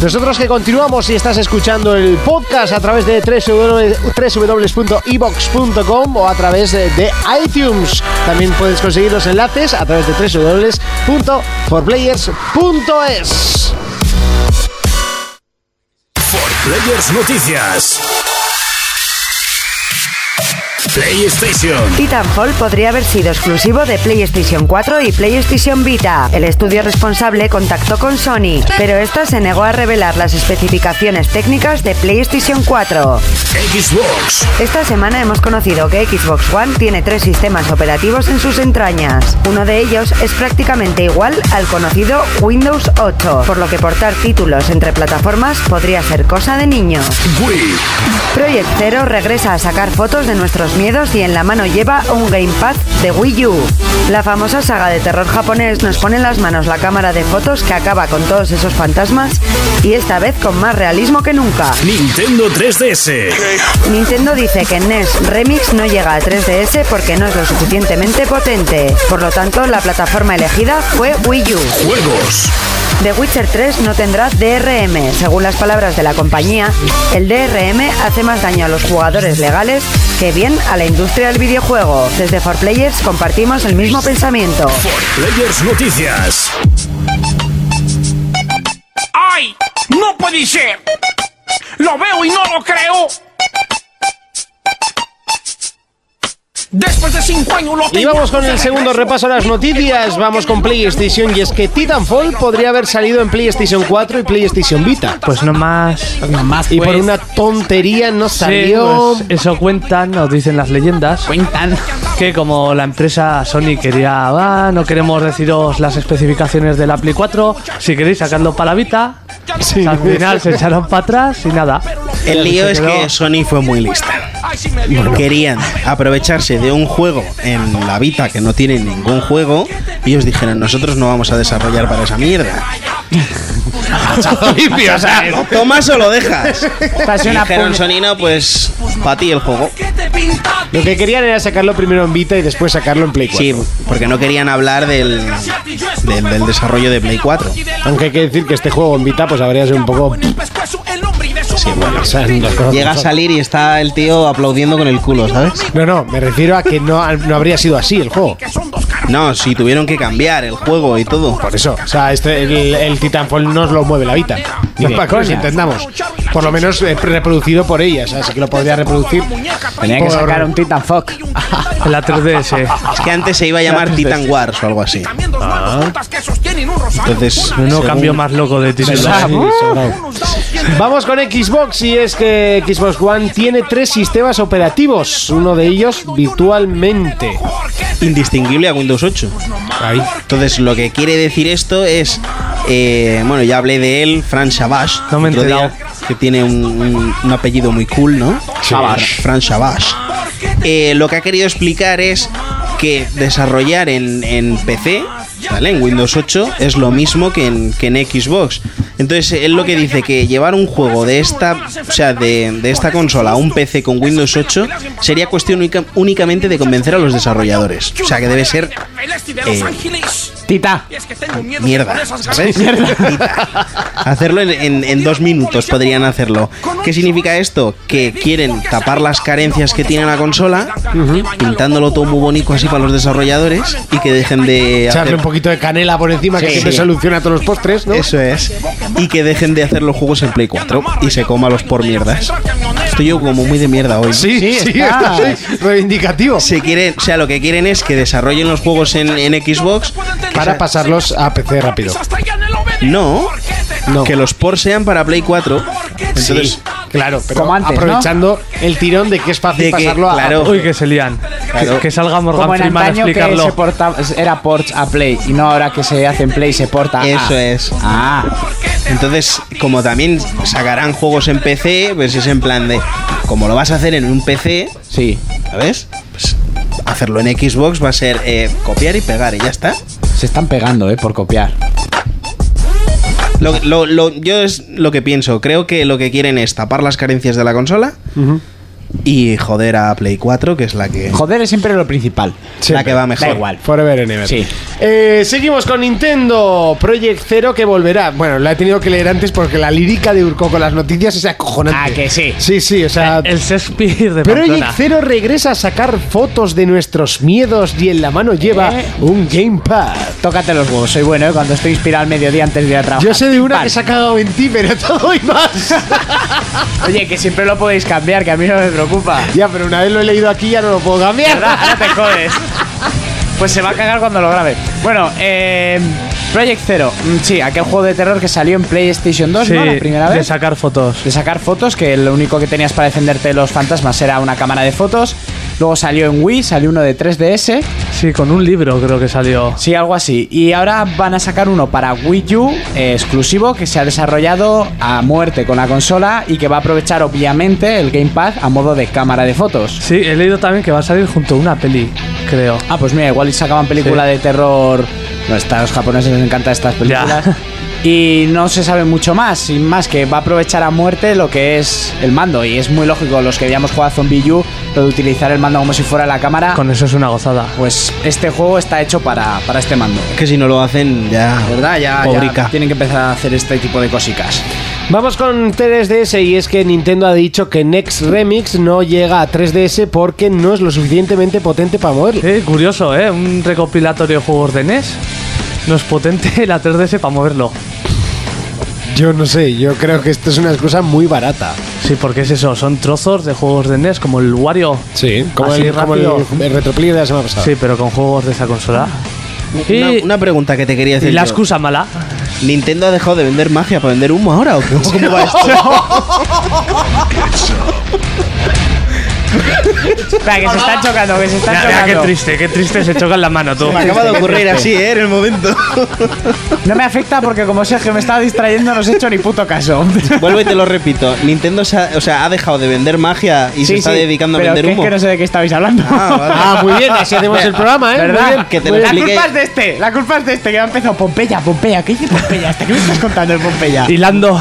[SPEAKER 1] Nosotros que continuamos si estás escuchando el podcast a través de www.ibox.com o a través de, de iTunes. También puedes conseguir los enlaces a través de www.forplayers.es.
[SPEAKER 2] Players Noticias. PlayStation.
[SPEAKER 3] Titanfall podría haber sido exclusivo de PlayStation 4 y PlayStation Vita. El estudio responsable contactó con Sony, pero esta se negó a revelar las especificaciones técnicas de PlayStation 4.
[SPEAKER 2] Xbox.
[SPEAKER 3] Esta semana hemos conocido que Xbox One tiene tres sistemas operativos en sus entrañas. Uno de ellos es prácticamente igual al conocido Windows 8, por lo que portar títulos entre plataformas podría ser cosa de niños.
[SPEAKER 2] Wii.
[SPEAKER 3] Project Zero regresa a sacar fotos de nuestros miedos y en la mano lleva un gamepad de Wii U. La famosa saga de terror japonés nos pone en las manos la cámara de fotos que acaba con todos esos fantasmas y esta vez con más realismo que nunca.
[SPEAKER 2] Nintendo 3DS.
[SPEAKER 3] Nintendo dice que NES Remix no llega a 3DS porque no es lo suficientemente potente. Por lo tanto, la plataforma elegida fue Wii U.
[SPEAKER 2] Juegos.
[SPEAKER 3] The Witcher 3 no tendrá DRM. Según las palabras de la compañía, el DRM hace más daño a los jugadores legales que bien a la industria del videojuego. Desde 4Players compartimos el mismo pensamiento.
[SPEAKER 2] Players Noticias.
[SPEAKER 11] ¡Ay! ¡No puede ser! ¡Lo veo y no lo creo! Después de cinco años lo
[SPEAKER 1] Y vamos con el segundo repaso a las noticias. Vamos con PlayStation. Y es que Titanfall podría haber salido en PlayStation 4 y PlayStation Vita.
[SPEAKER 5] Pues no más.
[SPEAKER 4] No más. pues,
[SPEAKER 1] Y por una tontería no
[SPEAKER 5] Pues Sí,
[SPEAKER 1] salió.
[SPEAKER 5] pues eso cuentan, nos dicen las leyendas.
[SPEAKER 4] Cuentan.
[SPEAKER 5] Que como la empresa Sony quería, "Ah, no queremos deciros las especificaciones del Apple 4, si queréis sacarlo para la Vita, al final se echaron para atrás y nada.
[SPEAKER 8] El lío
[SPEAKER 5] Se
[SPEAKER 8] es
[SPEAKER 5] quedó-
[SPEAKER 8] que Sony fue muy lista. Querían aprovecharse de un juego en la Vita que no tiene ningún juego y ellos dijeron, nosotros no vamos a desarrollar para esa mierda.
[SPEAKER 1] Limpio, o sea,
[SPEAKER 8] ¿Lo tomas o lo dejas?
[SPEAKER 4] Estás
[SPEAKER 8] Y
[SPEAKER 4] una
[SPEAKER 8] dijeron
[SPEAKER 4] puñe-
[SPEAKER 8] Sony, no, pues para ti el juego.
[SPEAKER 1] Lo que querían era sacarlo primero en Vita y después sacarlo en Play 4.
[SPEAKER 8] Sí, porque no querían hablar del, del, del desarrollo de Play 4.
[SPEAKER 1] Aunque hay que decir que este juego en Vita pues habría sido un poco...
[SPEAKER 11] Sí,
[SPEAKER 1] o sea, las cosas
[SPEAKER 8] Llega a
[SPEAKER 1] como son.
[SPEAKER 8] salir y está el tío aplaudiendo con el culo, ¿sabes?
[SPEAKER 1] No, no, me refiero a que no, no habría sido así el juego.
[SPEAKER 8] No, si tuvieron que cambiar el juego y todo.
[SPEAKER 1] Por eso, o sea, este, el, el Titanfall nos lo mueve la Vita.
[SPEAKER 4] Ni de
[SPEAKER 1] para que nos
[SPEAKER 4] coña.
[SPEAKER 1] entendamos. Por lo menos eh, reproducido por ella, o sea, sí que lo podría reproducir.
[SPEAKER 4] Tenía que
[SPEAKER 1] Por-
[SPEAKER 4] sacar un Titan Fox.
[SPEAKER 5] En la 3DS.
[SPEAKER 8] Es que antes se iba a llamar Titan Wars o algo así. Entonces,
[SPEAKER 5] No
[SPEAKER 8] según-
[SPEAKER 5] cambio más loco de título.
[SPEAKER 1] Vamos con Xbox y es que Xbox One tiene tres sistemas operativos, uno de ellos virtualmente.
[SPEAKER 8] indistinguible a Windows 8. Entonces, lo que quiere decir esto es. eh, bueno, ya hablé de él, Fran Shabash.
[SPEAKER 5] No me he
[SPEAKER 8] otro día,
[SPEAKER 5] enterado.
[SPEAKER 8] Que tiene un, un- un apellido muy cool, ¿no? Shabash. Fran Shabash. Eh, lo que ha querido explicar es que desarrollar en, en PC, ¿vale? En Windows 8 es lo mismo que en, que en Xbox. Entonces, él lo que dice que llevar un juego de esta, o sea, de, de esta consola a un PC con Windows 8 sería cuestión única- únicamente de convencer a los desarrolladores. O sea, que debe ser eh,
[SPEAKER 4] Tita.
[SPEAKER 8] mierda,
[SPEAKER 1] [LAUGHS]
[SPEAKER 8] ¿sabes? Mierda. [LAUGHS] Hacerlo en, en- en dos minutos podrían hacerlo. ¿Qué significa esto? Que quieren tapar las carencias que tiene la consola, pintándolo todo muy bonito así para los desarrolladores y que dejen de
[SPEAKER 1] Echarle
[SPEAKER 8] hacer...
[SPEAKER 1] un poquito de canela por encima que
[SPEAKER 8] Sí.
[SPEAKER 1] siempre soluciona todos los postres, ¿no?
[SPEAKER 8] Eso es. Y que dejen de hacer los juegos en Play 4 y se coma los por mierdas. Estoy yo como muy de mierda hoy.
[SPEAKER 1] Sí, sí, [LAUGHS]
[SPEAKER 4] está.
[SPEAKER 1] sí, reivindicativo.
[SPEAKER 8] Se quieren, o sea, lo que quieren es que desarrollen los juegos en, en Xbox
[SPEAKER 1] Para pasarlos a PC rápido.
[SPEAKER 8] No,
[SPEAKER 1] No.
[SPEAKER 8] que los por sean para Play 4. Entonces,
[SPEAKER 1] Claro, pero
[SPEAKER 4] Como antes, ¿no?
[SPEAKER 1] aprovechando el tirón de que es fácil
[SPEAKER 8] De que,
[SPEAKER 1] pasarlo a
[SPEAKER 8] claro.
[SPEAKER 5] Uy, que se lían. Que, que salga Morgan
[SPEAKER 4] Como en
[SPEAKER 5] Freeman a
[SPEAKER 4] antaño que
[SPEAKER 5] explicarlo.
[SPEAKER 4] se porta- era Porch a Play y no ahora que se hace en Play se porta a.
[SPEAKER 8] Eso es.
[SPEAKER 4] Ah.
[SPEAKER 8] Entonces, como también sacarán juegos en PC, pues es en plan de. Como lo vas a hacer en un PC.
[SPEAKER 4] Sí.
[SPEAKER 8] ¿Sabes? Pues hacerlo en Xbox va a ser eh, copiar y pegar y ya está.
[SPEAKER 4] Se están pegando, eh, por copiar.
[SPEAKER 8] Lo, lo- lo- yo es lo que pienso. Creo que lo que quieren es tapar las carencias de la consola y joder a Play 4, que es la que.
[SPEAKER 4] Joder es siempre lo principal.
[SPEAKER 8] La que va mejor.
[SPEAKER 4] Da igual.
[SPEAKER 1] Forever and ever.
[SPEAKER 4] Sí.
[SPEAKER 1] Eh, seguimos con Nintendo Project Zero que volverá. Bueno, la he tenido que leer antes porque la lírica de Urco con las noticias es acojonante.
[SPEAKER 4] Ah, que sí. Eh,
[SPEAKER 1] Sí, sí, o sea.
[SPEAKER 5] El Shakespeare de
[SPEAKER 1] Project
[SPEAKER 5] Pamplona.
[SPEAKER 1] Zero regresa a sacar fotos de nuestros miedos y en la mano lleva
[SPEAKER 4] ¿Eh?
[SPEAKER 1] un gamepad.
[SPEAKER 4] Tócate los huevos, soy bueno, eh, cuando estoy inspirado al mediodía antes de ir a trabajar.
[SPEAKER 1] Yo sé de una
[SPEAKER 4] Pam.
[SPEAKER 1] que se ha cagado en ti, pero [LAUGHS] todo y más.
[SPEAKER 4] Oye, que siempre lo podéis cambiar, que a mí no me preocupa.
[SPEAKER 1] ya, pero una vez lo he leído aquí, ya no lo puedo
[SPEAKER 4] ¿Verdad?
[SPEAKER 1] cambiar.
[SPEAKER 4] Ahora te jodes. Pues se va a cagar cuando lo grabe. Bueno, eh, Project Zero. Mm, Sí, aquel juego de terror que salió en PlayStation 2,
[SPEAKER 5] Sí,
[SPEAKER 4] ¿no? La primera
[SPEAKER 5] de
[SPEAKER 4] vez.
[SPEAKER 5] sacar fotos.
[SPEAKER 4] de sacar fotos, que lo único que tenías para defenderte de los fantasmas era una cámara de fotos. Luego salió en Wii, salió uno de 3DS,
[SPEAKER 5] Sí, con un libro creo que salió.
[SPEAKER 4] sí, algo así. Y ahora van a sacar uno para Wii U eh, exclusivo que se ha desarrollado a muerte con la consola y que va a aprovechar obviamente el Gamepad a modo de cámara de fotos.
[SPEAKER 5] Sí, he leído también que va a salir junto a una peli, creo.
[SPEAKER 4] Ah, pues mira, igual y sacaban película
[SPEAKER 5] Sí.
[SPEAKER 4] de terror. No, está, a los japoneses les encantan estas películas.
[SPEAKER 5] [LAUGHS] Ya.
[SPEAKER 4] Y no se sabe mucho más, sin más que va a aprovechar a muerte lo que es el mando. Y es muy lógico, los que habíamos jugado a Zombie U, lo de utilizar el mando como si fuera la cámara.
[SPEAKER 5] Con eso es una gozada.
[SPEAKER 4] Pues este juego está hecho para, para este mando.
[SPEAKER 8] Que si no lo hacen, ya.
[SPEAKER 4] ¿Verdad? Ya,
[SPEAKER 8] Pobrica.
[SPEAKER 4] ya tienen que empezar a hacer este tipo de cositas.
[SPEAKER 1] Vamos con 3DS y es que Nintendo ha dicho que Next Remix no llega a 3DS porque no es lo suficientemente potente para moverlo.
[SPEAKER 5] Eh, curioso, ¿eh? Un recopilatorio de juegos de NES. No es potente [LAUGHS] la 3DS para moverlo.
[SPEAKER 1] Yo no sé, yo creo que esto es una excusa muy barata.
[SPEAKER 5] Sí, porque es eso, son trozos de juegos de NES, como el Wario.
[SPEAKER 1] Sí, como,
[SPEAKER 5] Así
[SPEAKER 1] el, como el,
[SPEAKER 5] rápido.
[SPEAKER 1] el retroplayer de la semana pasada.
[SPEAKER 5] Sí, pero con juegos de esa consola. Y,
[SPEAKER 8] Una, una pregunta que te quería
[SPEAKER 5] y
[SPEAKER 8] hacer.
[SPEAKER 5] la
[SPEAKER 8] yo.
[SPEAKER 5] excusa mala.
[SPEAKER 8] ¿Nintendo ha dejado de vender magia para vender humo ahora? ¿O cómo, cómo va esto?
[SPEAKER 4] Espera, que se están chocando, que se están chocando.
[SPEAKER 5] triste, qué triste se chocan las manos, tú.
[SPEAKER 8] Me acaba de ocurrir así, ¿eh? En el momento.
[SPEAKER 4] No me afecta porque como Sergio me estaba distrayendo no os he hecho ni puto caso.
[SPEAKER 8] [LAUGHS] Vuelvo y te lo repito. Nintendo se ha, o sea, ha dejado de vender magia [LAUGHS] y
[SPEAKER 4] Sí,
[SPEAKER 8] se está
[SPEAKER 4] sí,
[SPEAKER 8] dedicando a
[SPEAKER 4] pero
[SPEAKER 8] vender
[SPEAKER 4] que
[SPEAKER 8] humo.
[SPEAKER 4] Es que no sé de qué estabais hablando.
[SPEAKER 8] Ah,
[SPEAKER 4] [LAUGHS]
[SPEAKER 8] vale.
[SPEAKER 1] Ah, muy bien, así hacemos el programa, ¿eh?
[SPEAKER 4] ¿Verdad?
[SPEAKER 1] Muy bien.
[SPEAKER 8] Que te lo
[SPEAKER 4] la
[SPEAKER 8] explique.
[SPEAKER 4] culpa es de este, la culpa es de este que ha empezado Pompeya, Pompeya, ¿qué dice Pompeya? ¿Hasta qué me estás contando el Pompeya?
[SPEAKER 5] Hilando.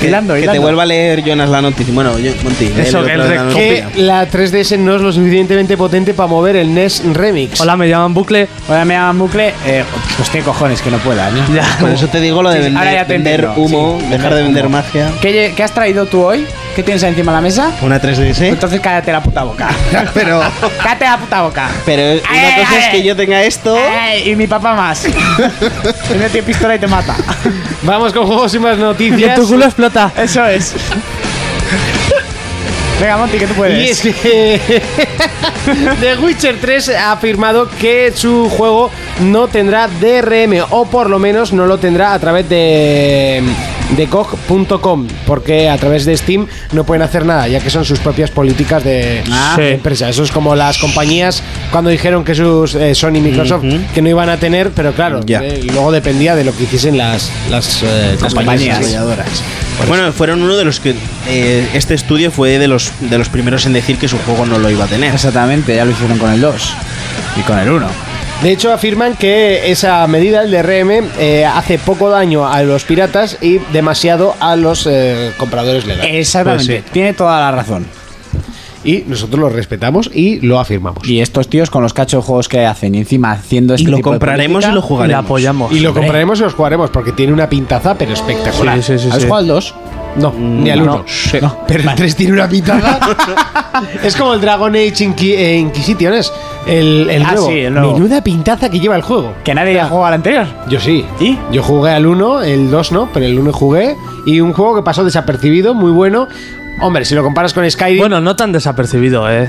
[SPEAKER 8] que,
[SPEAKER 4] hilando,
[SPEAKER 8] que te
[SPEAKER 4] hilando.
[SPEAKER 8] vuelva a leer Jonas la noticia. Bueno, yo, Monty, lee
[SPEAKER 5] Eso,
[SPEAKER 8] el
[SPEAKER 5] que
[SPEAKER 8] otro
[SPEAKER 5] el
[SPEAKER 8] de la
[SPEAKER 5] rec-
[SPEAKER 1] Que
[SPEAKER 8] noticia.
[SPEAKER 1] la 3DS no es lo suficientemente potente para mover el NES Remix.
[SPEAKER 5] Hola, me llaman Bucle.
[SPEAKER 4] Ahora me llaman bucle, eh, hostia cojones que no pueda, ¿no?
[SPEAKER 5] Ya.
[SPEAKER 8] Por eso te digo lo de
[SPEAKER 4] Sí, sí,
[SPEAKER 8] vender,
[SPEAKER 4] ahora ya te
[SPEAKER 8] vender
[SPEAKER 4] entiendo,
[SPEAKER 8] humo,
[SPEAKER 4] sí.
[SPEAKER 8] dejar de vender magia.
[SPEAKER 4] ¿Qué, lle- qué has traído tú hoy? ¿Qué tienes ahí encima de la mesa?
[SPEAKER 8] Una 3DS.
[SPEAKER 4] Entonces cállate la puta boca.
[SPEAKER 8] [LAUGHS] Pero,
[SPEAKER 4] cállate la puta boca.
[SPEAKER 8] pero una
[SPEAKER 4] Ay,
[SPEAKER 8] cosa es
[SPEAKER 4] ay.
[SPEAKER 8] que yo tenga esto.
[SPEAKER 4] Ey, y mi papá
[SPEAKER 8] [LAUGHS]
[SPEAKER 4] más. Él mete pistola y te mata.
[SPEAKER 1] Vamos con juegos y más
[SPEAKER 5] Que
[SPEAKER 1] noticias.
[SPEAKER 5] tu culo explota.
[SPEAKER 4] Eso es. Venga, Monty, que tú puedes.
[SPEAKER 1] Y es que [LAUGHS] The Witcher 3 ha afirmado que su juego no tendrá DRM o por lo menos no lo tendrá a través de de GOG.com porque a través de Steam no pueden hacer nada ya que son sus propias políticas de,
[SPEAKER 5] Ah.
[SPEAKER 1] de empresa eso es como las compañías cuando dijeron que sus eh, Sony y Microsoft que no iban a tener pero claro
[SPEAKER 8] Ya.
[SPEAKER 1] eh, luego dependía de lo que hiciesen las las, eh, compañías,
[SPEAKER 8] Bueno, fueron uno de los que. eh, este estudio fue de los, de los primeros en decir que su juego no lo iba a tener.
[SPEAKER 4] Exactamente, ya lo hicieron con el 2 y con el 1.
[SPEAKER 1] De hecho, afirman que esa medida, el DRM, eh, hace poco daño a los piratas y demasiado a los eh, compradores legales.
[SPEAKER 4] Exactamente,
[SPEAKER 1] Pues
[SPEAKER 4] tiene toda la razón.
[SPEAKER 1] Y nosotros lo respetamos y lo afirmamos.
[SPEAKER 4] Y estos tíos con los cachos de juegos que hacen y encima haciendo este
[SPEAKER 8] Y lo
[SPEAKER 4] tipo de
[SPEAKER 8] compraremos y
[SPEAKER 4] política-
[SPEAKER 8] lo
[SPEAKER 5] Y la
[SPEAKER 8] jugaremos.
[SPEAKER 5] apoyamos.
[SPEAKER 1] Y lo
[SPEAKER 4] Hombre.
[SPEAKER 1] compraremos y los jugaremos porque tiene una pintaza, pero espectacular.
[SPEAKER 5] Sí, sí, sí,
[SPEAKER 4] ¿Has
[SPEAKER 5] sí. Mm,
[SPEAKER 4] jugado al 2?
[SPEAKER 1] No, ni al
[SPEAKER 5] no,
[SPEAKER 1] uno. Sí. Pero el 3 tiene una
[SPEAKER 4] [LAUGHS]
[SPEAKER 1] pintaza. es como el Dragon Age Inqui- eh, Inquisition, es el, el
[SPEAKER 4] Ah,
[SPEAKER 1] nuevo.
[SPEAKER 4] sí, el nuevo.
[SPEAKER 1] Menuda pintaza que lleva el juego.
[SPEAKER 4] Que nadie ha jugado al anterior.
[SPEAKER 1] Yo sí.
[SPEAKER 4] ¿Y?
[SPEAKER 1] Yo jugué al 1, el 2 no, pero el 1 jugué. Y un juego que pasó desapercibido, muy bueno. Hombre, si lo comparas con Skyrim,
[SPEAKER 5] Bueno, no tan desapercibido, ¿eh?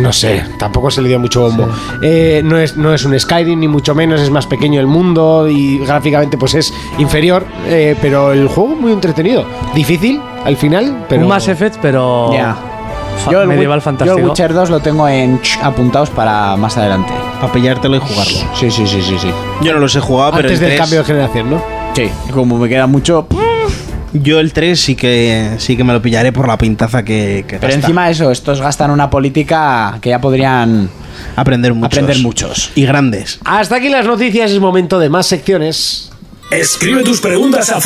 [SPEAKER 1] no sé, tampoco se le dio mucho bombo. Eh, no, es, no es un Skyrim, ni mucho menos, es más pequeño el mundo y gráficamente pues es inferior. eh, pero el juego muy entretenido. Difícil al final, pero...
[SPEAKER 5] Un Mass Effect, pero...
[SPEAKER 4] Ya.
[SPEAKER 5] Fa-
[SPEAKER 4] Yo el, Wi- yo
[SPEAKER 5] medieval
[SPEAKER 4] el
[SPEAKER 5] fantástico.
[SPEAKER 4] Witcher 2 lo tengo en ch, apuntados para más adelante. Para pillártelo y jugarlo. Sí, sí, sí, sí, sí.
[SPEAKER 8] Yo no los he jugado, pero
[SPEAKER 4] Antes
[SPEAKER 8] el
[SPEAKER 4] del
[SPEAKER 8] 3
[SPEAKER 4] cambio de
[SPEAKER 1] generación, ¿no?
[SPEAKER 4] Sí, como me queda mucho.
[SPEAKER 8] Yo el 3 sí que sí que me lo pillaré por la pintaza que, que
[SPEAKER 4] Pero
[SPEAKER 8] gasta.
[SPEAKER 4] encima de eso, estos gastan una política que ya podrían
[SPEAKER 8] aprender muchos.
[SPEAKER 4] Aprender muchos.
[SPEAKER 8] Y grandes.
[SPEAKER 1] Hasta aquí las noticias, es momento de más secciones.
[SPEAKER 2] Escribe tus preguntas a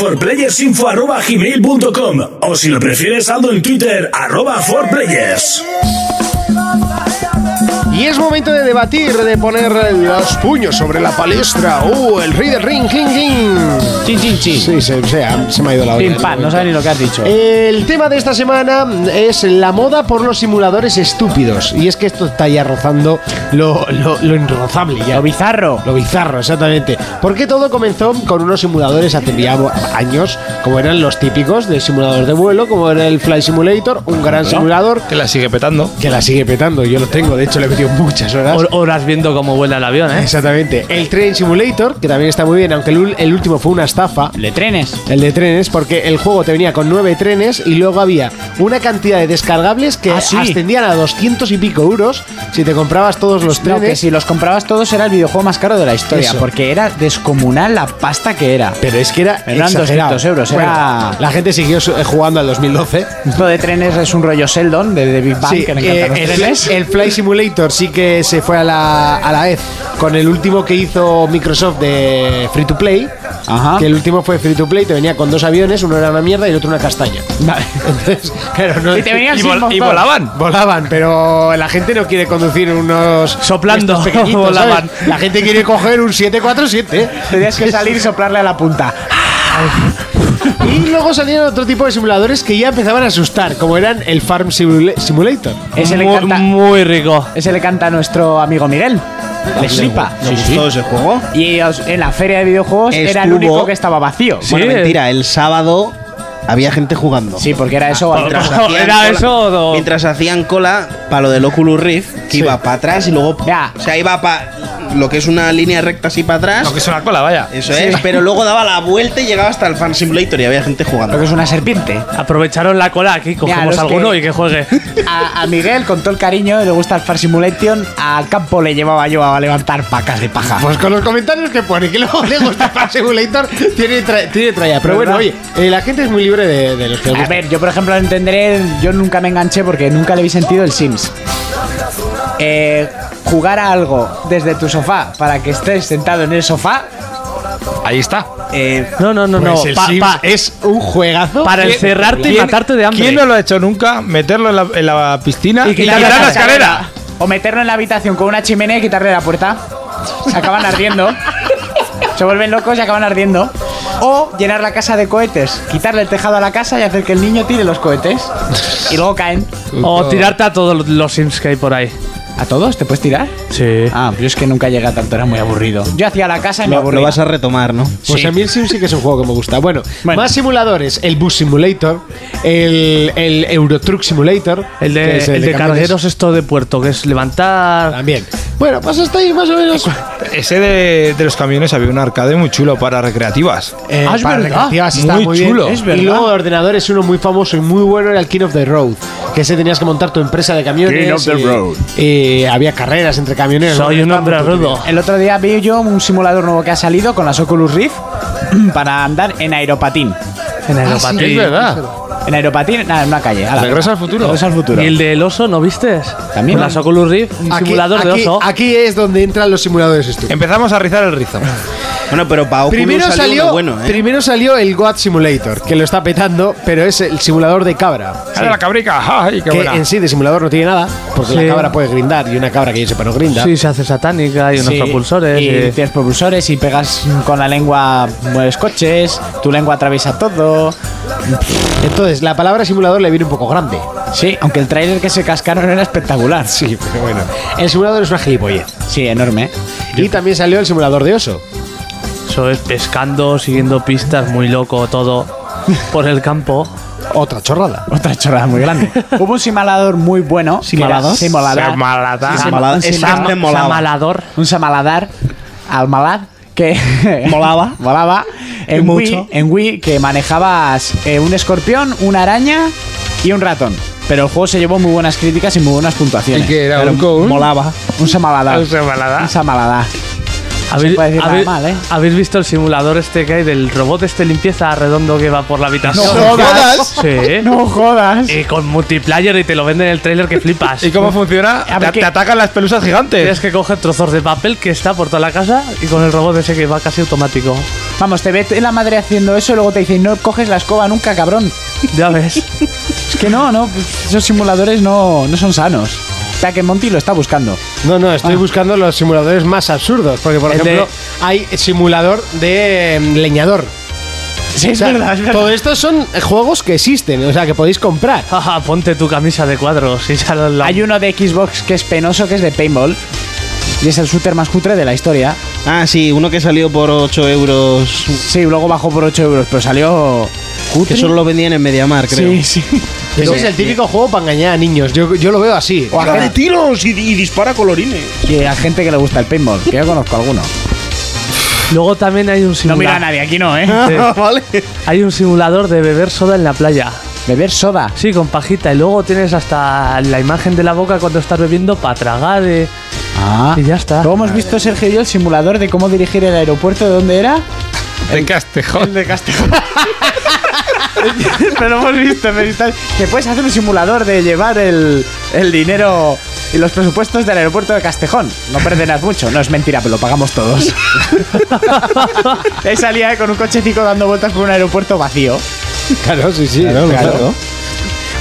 [SPEAKER 2] forplayersinfo@gmail.com o si lo prefieres saldo en Twitter arroba forplayers.
[SPEAKER 1] Y es momento de debatir, de poner los puños sobre la palestra. ¡Uh, el rey del ring, chin, chin!
[SPEAKER 4] Chin, chin,
[SPEAKER 1] Sí, se, se ha- se me ha ido la olla.
[SPEAKER 4] Pim, pam, no sabes ni lo que has dicho.
[SPEAKER 1] El tema de esta semana es la moda por los simuladores estúpidos. Y es que esto está ya rozando lo, lo, lo inrozable. Ya. Lo
[SPEAKER 4] bizarro.
[SPEAKER 1] Lo bizarro, exactamente. Porque todo comenzó con unos simuladores hace ya años, como eran los típicos de simuladores de vuelo, como era el Fly Simulator, un gran simulador.
[SPEAKER 7] Que la sigue petando.
[SPEAKER 1] Que la sigue petando, yo lo tengo, de hecho le he metido muchas horas.
[SPEAKER 5] Hor- Horas viendo cómo vuela el avión, ¿eh?
[SPEAKER 1] Exactamente. El Train Simulator, que también está muy bien, aunque el, ul- el último fue una estafa.
[SPEAKER 4] ¿Le trenes?
[SPEAKER 1] El de trenes, porque el juego te venía con nueve trenes y luego había una cantidad de descargables que
[SPEAKER 4] Ah, sí.
[SPEAKER 1] ascendían a 200 y pico euros si te comprabas todos los
[SPEAKER 4] No, que
[SPEAKER 1] trenes.
[SPEAKER 4] si los comprabas todos era el videojuego más caro de la historia,
[SPEAKER 1] Eso.
[SPEAKER 4] porque era descomunal la pasta que era.
[SPEAKER 1] Pero es que era
[SPEAKER 4] Eran
[SPEAKER 1] exagerado.
[SPEAKER 4] 200 euros,
[SPEAKER 1] Bueno,
[SPEAKER 4] era-
[SPEAKER 1] La gente siguió su- eh, jugando al 2012.
[SPEAKER 4] Esto de trenes es un rollo Sheldon de The Big Bang,
[SPEAKER 1] Sí,
[SPEAKER 4] que le
[SPEAKER 1] eh,
[SPEAKER 4] encantan los
[SPEAKER 1] el,
[SPEAKER 4] trenes.
[SPEAKER 1] el Fly Simulator sí que se fue a la, a la EF con el último que hizo Microsoft de Free to Play.
[SPEAKER 4] Ajá.
[SPEAKER 1] Que el último fue Free to Play, te venía con dos aviones, uno era una mierda y el otro una castaña.
[SPEAKER 4] Vale.
[SPEAKER 1] [LAUGHS] Entonces, claro,
[SPEAKER 4] [LAUGHS]
[SPEAKER 1] no-
[SPEAKER 4] Y te venían
[SPEAKER 7] Y,
[SPEAKER 4] sin
[SPEAKER 7] vol- y
[SPEAKER 4] motor.
[SPEAKER 7] volaban.
[SPEAKER 1] Volaban, pero la gente no quiere conducir unos
[SPEAKER 5] Soplando,
[SPEAKER 1] estos pequeñitos,
[SPEAKER 5] volaban.
[SPEAKER 1] ¿sabes? La gente quiere coger un 747.
[SPEAKER 4] Tenías que salir y soplarle a la punta.
[SPEAKER 1] Y luego salieron otro tipo de simuladores que ya empezaban a asustar, como eran el Farm Simula- Simulator.
[SPEAKER 4] Ese le
[SPEAKER 5] Muy,
[SPEAKER 4] encanta,
[SPEAKER 5] muy rico.
[SPEAKER 4] ese le canta a nuestro amigo Miguel. Le flipa.
[SPEAKER 8] ¿Te gustó ese juego?
[SPEAKER 4] Y os- en la feria de videojuegos era el
[SPEAKER 8] Estuvo- eh.
[SPEAKER 4] único que estaba vacío.
[SPEAKER 5] Sí.
[SPEAKER 8] Bueno, mentira, el sábado había gente jugando.
[SPEAKER 4] Sí, porque era eso. al-
[SPEAKER 8] Mientras
[SPEAKER 5] No,
[SPEAKER 8] hacían
[SPEAKER 5] era
[SPEAKER 8] cola-
[SPEAKER 5] eso, no.
[SPEAKER 8] Mientras hacían cola para lo del Oculus Rift, que iba para atrás y luego.
[SPEAKER 4] Ya.
[SPEAKER 8] O sea, iba para lo que es una línea recta así para atrás.
[SPEAKER 7] Lo que es una cola, vaya.
[SPEAKER 8] Eso es, pero luego daba la vuelta y llegaba hasta el Fan Simulator y había gente
[SPEAKER 4] Creo
[SPEAKER 8] jugando.
[SPEAKER 4] que es una serpiente.
[SPEAKER 5] Aprovecharon la cola aquí, cogemos
[SPEAKER 4] los
[SPEAKER 5] alguno
[SPEAKER 4] que-
[SPEAKER 5] y que juegue.
[SPEAKER 4] A, a Miguel, con todo el cariño, le gusta el Far Simulation. Al campo le llevaba yo a levantar pacas de paja.
[SPEAKER 1] Pues con los comentarios que pone, que luego [LAUGHS] le gusta el Farm Simulator, tiene, tra- tiene tralla. Pero bueno, oye,
[SPEAKER 4] ¿Verdad?
[SPEAKER 1] eh, la gente es muy libre de, de los que le
[SPEAKER 4] A
[SPEAKER 1] gusta.
[SPEAKER 4] ver, yo por ejemplo entenderé, yo nunca me enganché porque nunca le vi sentido el Sims. Eh, jugar a algo desde tu sofá para que estés sentado en el sofá.
[SPEAKER 7] Ahí está.
[SPEAKER 4] eh,
[SPEAKER 5] No, no, no,
[SPEAKER 1] Pues
[SPEAKER 5] no.
[SPEAKER 1] el
[SPEAKER 5] pa-
[SPEAKER 1] Sims
[SPEAKER 5] pa-
[SPEAKER 1] es un juegazo.
[SPEAKER 5] para encerrarte y
[SPEAKER 7] ¿Quién-
[SPEAKER 5] matarte de hambre.
[SPEAKER 7] ¿Quién no lo ha hecho nunca? Meterlo en la, en la piscina
[SPEAKER 5] Y quitarle la escalera.
[SPEAKER 4] O meterlo en la habitación con una chimenea y quitarle la puerta. Se acaban
[SPEAKER 5] [LAUGHS]
[SPEAKER 4] ardiendo. Se vuelven locos y acaban ardiendo. O llenar la casa de cohetes. Quitarle el tejado a la casa y hacer que el niño tire los cohetes. Y luego caen.
[SPEAKER 5] O tirarte a todos los Sims que hay por ahí.
[SPEAKER 4] ¿A todos? ¿Te puedes tirar?
[SPEAKER 5] Sí.
[SPEAKER 4] Ah, yo es que nunca llegué a tanto, era muy aburrido. Yo hacía la casa y me
[SPEAKER 8] Lo,
[SPEAKER 4] aburría.
[SPEAKER 8] lo vas a retomar, ¿no?
[SPEAKER 1] Pues a mí el Sim sí que es un juego que me gusta. Bueno,
[SPEAKER 4] Bueno.
[SPEAKER 1] más simuladores: el Bus Simulator, el, el Eurotruck Simulator,
[SPEAKER 5] El de,
[SPEAKER 1] que es
[SPEAKER 5] el de
[SPEAKER 1] camiones.
[SPEAKER 5] cargueros, esto de puerto, que es levantar.
[SPEAKER 1] También. Bueno, pues hasta ahí más o
[SPEAKER 5] Eh,
[SPEAKER 1] menos.
[SPEAKER 7] Ese de, de los camiones había un arcade muy chulo para recreativas.
[SPEAKER 1] Eh,
[SPEAKER 5] Ah, es
[SPEAKER 1] para
[SPEAKER 5] verdad.
[SPEAKER 1] recreativas está
[SPEAKER 7] Muy
[SPEAKER 1] muy, bien.
[SPEAKER 7] chulo. Es
[SPEAKER 1] Y
[SPEAKER 5] verdad.
[SPEAKER 1] luego de ordenadores, uno muy famoso y muy bueno era el King of the Road. Que ese tenías que montar tu empresa de camiones.
[SPEAKER 11] King of the
[SPEAKER 1] y-
[SPEAKER 11] Road.
[SPEAKER 1] y había carreras entre camioneros.
[SPEAKER 5] Soy un
[SPEAKER 1] Está
[SPEAKER 5] hombre
[SPEAKER 1] muy
[SPEAKER 5] rudo.
[SPEAKER 4] El otro día vi yo un simulador nuevo que ha salido con las Oculus Rift [CLEARS THROAT] para andar en aeropatín.
[SPEAKER 1] Ah,
[SPEAKER 5] En aeropatín.
[SPEAKER 7] Es verdad.
[SPEAKER 4] En aeropatín, nada, en una calle. ala.
[SPEAKER 7] Regreso al futuro.
[SPEAKER 4] Regreso al futuro.
[SPEAKER 5] Y el del oso, ¿no vistes?
[SPEAKER 4] También.
[SPEAKER 5] Con las Oculus Rift, un
[SPEAKER 1] Aquí-
[SPEAKER 5] simulador
[SPEAKER 1] aquí-
[SPEAKER 5] de oso.
[SPEAKER 1] Aquí es donde entran los simuladores estúpidos.
[SPEAKER 7] Empezamos a rizar el rizo.
[SPEAKER 8] Bueno, pero para Oculus
[SPEAKER 1] Primero
[SPEAKER 8] salió,
[SPEAKER 1] salió,
[SPEAKER 8] uno bueno, ¿eh?
[SPEAKER 1] primero salió el Goat Simulator, que lo está petando, pero es el simulador de cabra.
[SPEAKER 7] ¡Dale la cabrica! ¡Ay, qué
[SPEAKER 1] que
[SPEAKER 7] buena!
[SPEAKER 1] en sí de simulador no tiene nada, porque
[SPEAKER 5] Sí.
[SPEAKER 1] la cabra puede grindar y una cabra que yo sepa no grinda.
[SPEAKER 5] Sí, se hace satánica y unos
[SPEAKER 4] Sí,
[SPEAKER 5] propulsores. eh.
[SPEAKER 4] Y
[SPEAKER 1] eh.
[SPEAKER 5] y-
[SPEAKER 4] tienes propulsores y pegas con la lengua, mueves coches, tu lengua atraviesa todo.
[SPEAKER 1] Entonces, la palabra simulador le viene un poco grande.
[SPEAKER 4] Sí, aunque el tráiler que se cascaron era espectacular.
[SPEAKER 1] [LAUGHS] Sí, pero bueno. El simulador es una gilipollez.
[SPEAKER 4] Sí, enorme.
[SPEAKER 1] Y también salió el simulador de oso.
[SPEAKER 5] Eso es pescando, siguiendo pistas, muy loco todo. Por el [LAUGHS] campo.
[SPEAKER 1] Otra chorrada.
[SPEAKER 4] Otra chorrada muy grande. Hubo un simulador muy bueno. que era
[SPEAKER 5] ¿Simulador?
[SPEAKER 4] Simulador.
[SPEAKER 5] Samalada.
[SPEAKER 8] Samalada. Ese
[SPEAKER 5] Sam-
[SPEAKER 8] me molaba.
[SPEAKER 5] Samalador.
[SPEAKER 4] un samaladar al malad que [LAUGHS]
[SPEAKER 8] Molaba.
[SPEAKER 4] volaba en
[SPEAKER 8] Y
[SPEAKER 4] Wii,
[SPEAKER 8] mucho.
[SPEAKER 4] en Wii que manejabas eh, un escorpión, una araña y un ratón. Pero el juego se llevó muy buenas críticas y muy buenas puntuaciones.
[SPEAKER 7] ¿Y qué era,
[SPEAKER 4] Pero
[SPEAKER 7] un Cone?
[SPEAKER 4] Molaba. Un samalada.
[SPEAKER 7] Un samalada.
[SPEAKER 4] Un samalada.
[SPEAKER 5] ¿Habéis,
[SPEAKER 4] puede decir nada
[SPEAKER 5] habéis-
[SPEAKER 4] mal, ¿eh?
[SPEAKER 5] habéis visto el simulador este que hay del robot este limpieza redondo que va por la habitación?
[SPEAKER 7] No jodas.
[SPEAKER 5] Sí.
[SPEAKER 4] No jodas.
[SPEAKER 5] Y con multiplayer y te lo venden en el trailer que flipas.
[SPEAKER 7] ¿Y cómo funciona?
[SPEAKER 4] A ver,
[SPEAKER 7] Te,
[SPEAKER 4] ¿qué?
[SPEAKER 7] te atacan las pelusas gigantes.
[SPEAKER 5] Tienes que coger trozos de papel que está por toda la casa y con el robot ese que va casi automático.
[SPEAKER 4] Vamos, te ve la madre haciendo eso y luego te dicen, no coges la escoba nunca, cabrón.
[SPEAKER 5] Ya ves.
[SPEAKER 4] Es que no, no, pues esos simuladores no, no son sanos. O sea que Monty lo está buscando.
[SPEAKER 1] No, no, estoy buscando los simuladores más absurdos. Porque, por
[SPEAKER 4] Ah. El de-
[SPEAKER 1] ejemplo, hay simulador de eh, leñador.
[SPEAKER 4] [LAUGHS] Sí, es
[SPEAKER 1] O sea,
[SPEAKER 4] verdad, es verdad.
[SPEAKER 1] Todo esto son eh, juegos que existen, o sea, que podéis comprar.
[SPEAKER 5] Jaja, ponte tu camisa de cuadros y ya la- la-
[SPEAKER 4] Hay uno de Xbox que es penoso, que es de paintball. Y es el shooter más cutre de la historia.
[SPEAKER 8] Ah, sí, uno que salió por 8 euros.
[SPEAKER 4] Sí, luego bajó por 8 euros, pero salió cutre.
[SPEAKER 8] Que solo lo vendían en Mediamar, creo.
[SPEAKER 4] Sí, sí.
[SPEAKER 1] Ese es el típico juego para engañar a niños. Yo, yo lo veo [LAUGHS] así.
[SPEAKER 4] O a
[SPEAKER 8] Tira de
[SPEAKER 4] gente,
[SPEAKER 8] tiros y, y dispara colorines.
[SPEAKER 4] y a gente que le gusta el paintball, que yo conozco alguno.
[SPEAKER 5] Luego también hay un
[SPEAKER 4] No mira
[SPEAKER 5] simulador.
[SPEAKER 4] a nadie, aquí no, [LAUGHS] ¿eh?
[SPEAKER 8] vale.
[SPEAKER 5] hay un simulador de beber soda en la playa.
[SPEAKER 4] Beber soda.
[SPEAKER 5] Sí, con pajita. Y luego tienes hasta la imagen de la boca cuando estás bebiendo para tragar. eh.
[SPEAKER 4] Ah.
[SPEAKER 5] Y ya está.
[SPEAKER 4] Luego hemos visto, Sergio y yo, el simulador de cómo dirigir el aeropuerto, ¿de dónde era?
[SPEAKER 7] De Castejón.
[SPEAKER 4] de Castellón. [LAUGHS] Pero hemos visto, hemos visto que puedes hacer un simulador de llevar el, el dinero y los presupuestos del aeropuerto de Castejón. No perderás mucho, no es mentira, pero lo pagamos [LAUGHS] todos. Él salía con un cochecito dando vueltas por un aeropuerto vacío.
[SPEAKER 1] Claro, sí, sí.
[SPEAKER 4] Claro, claro.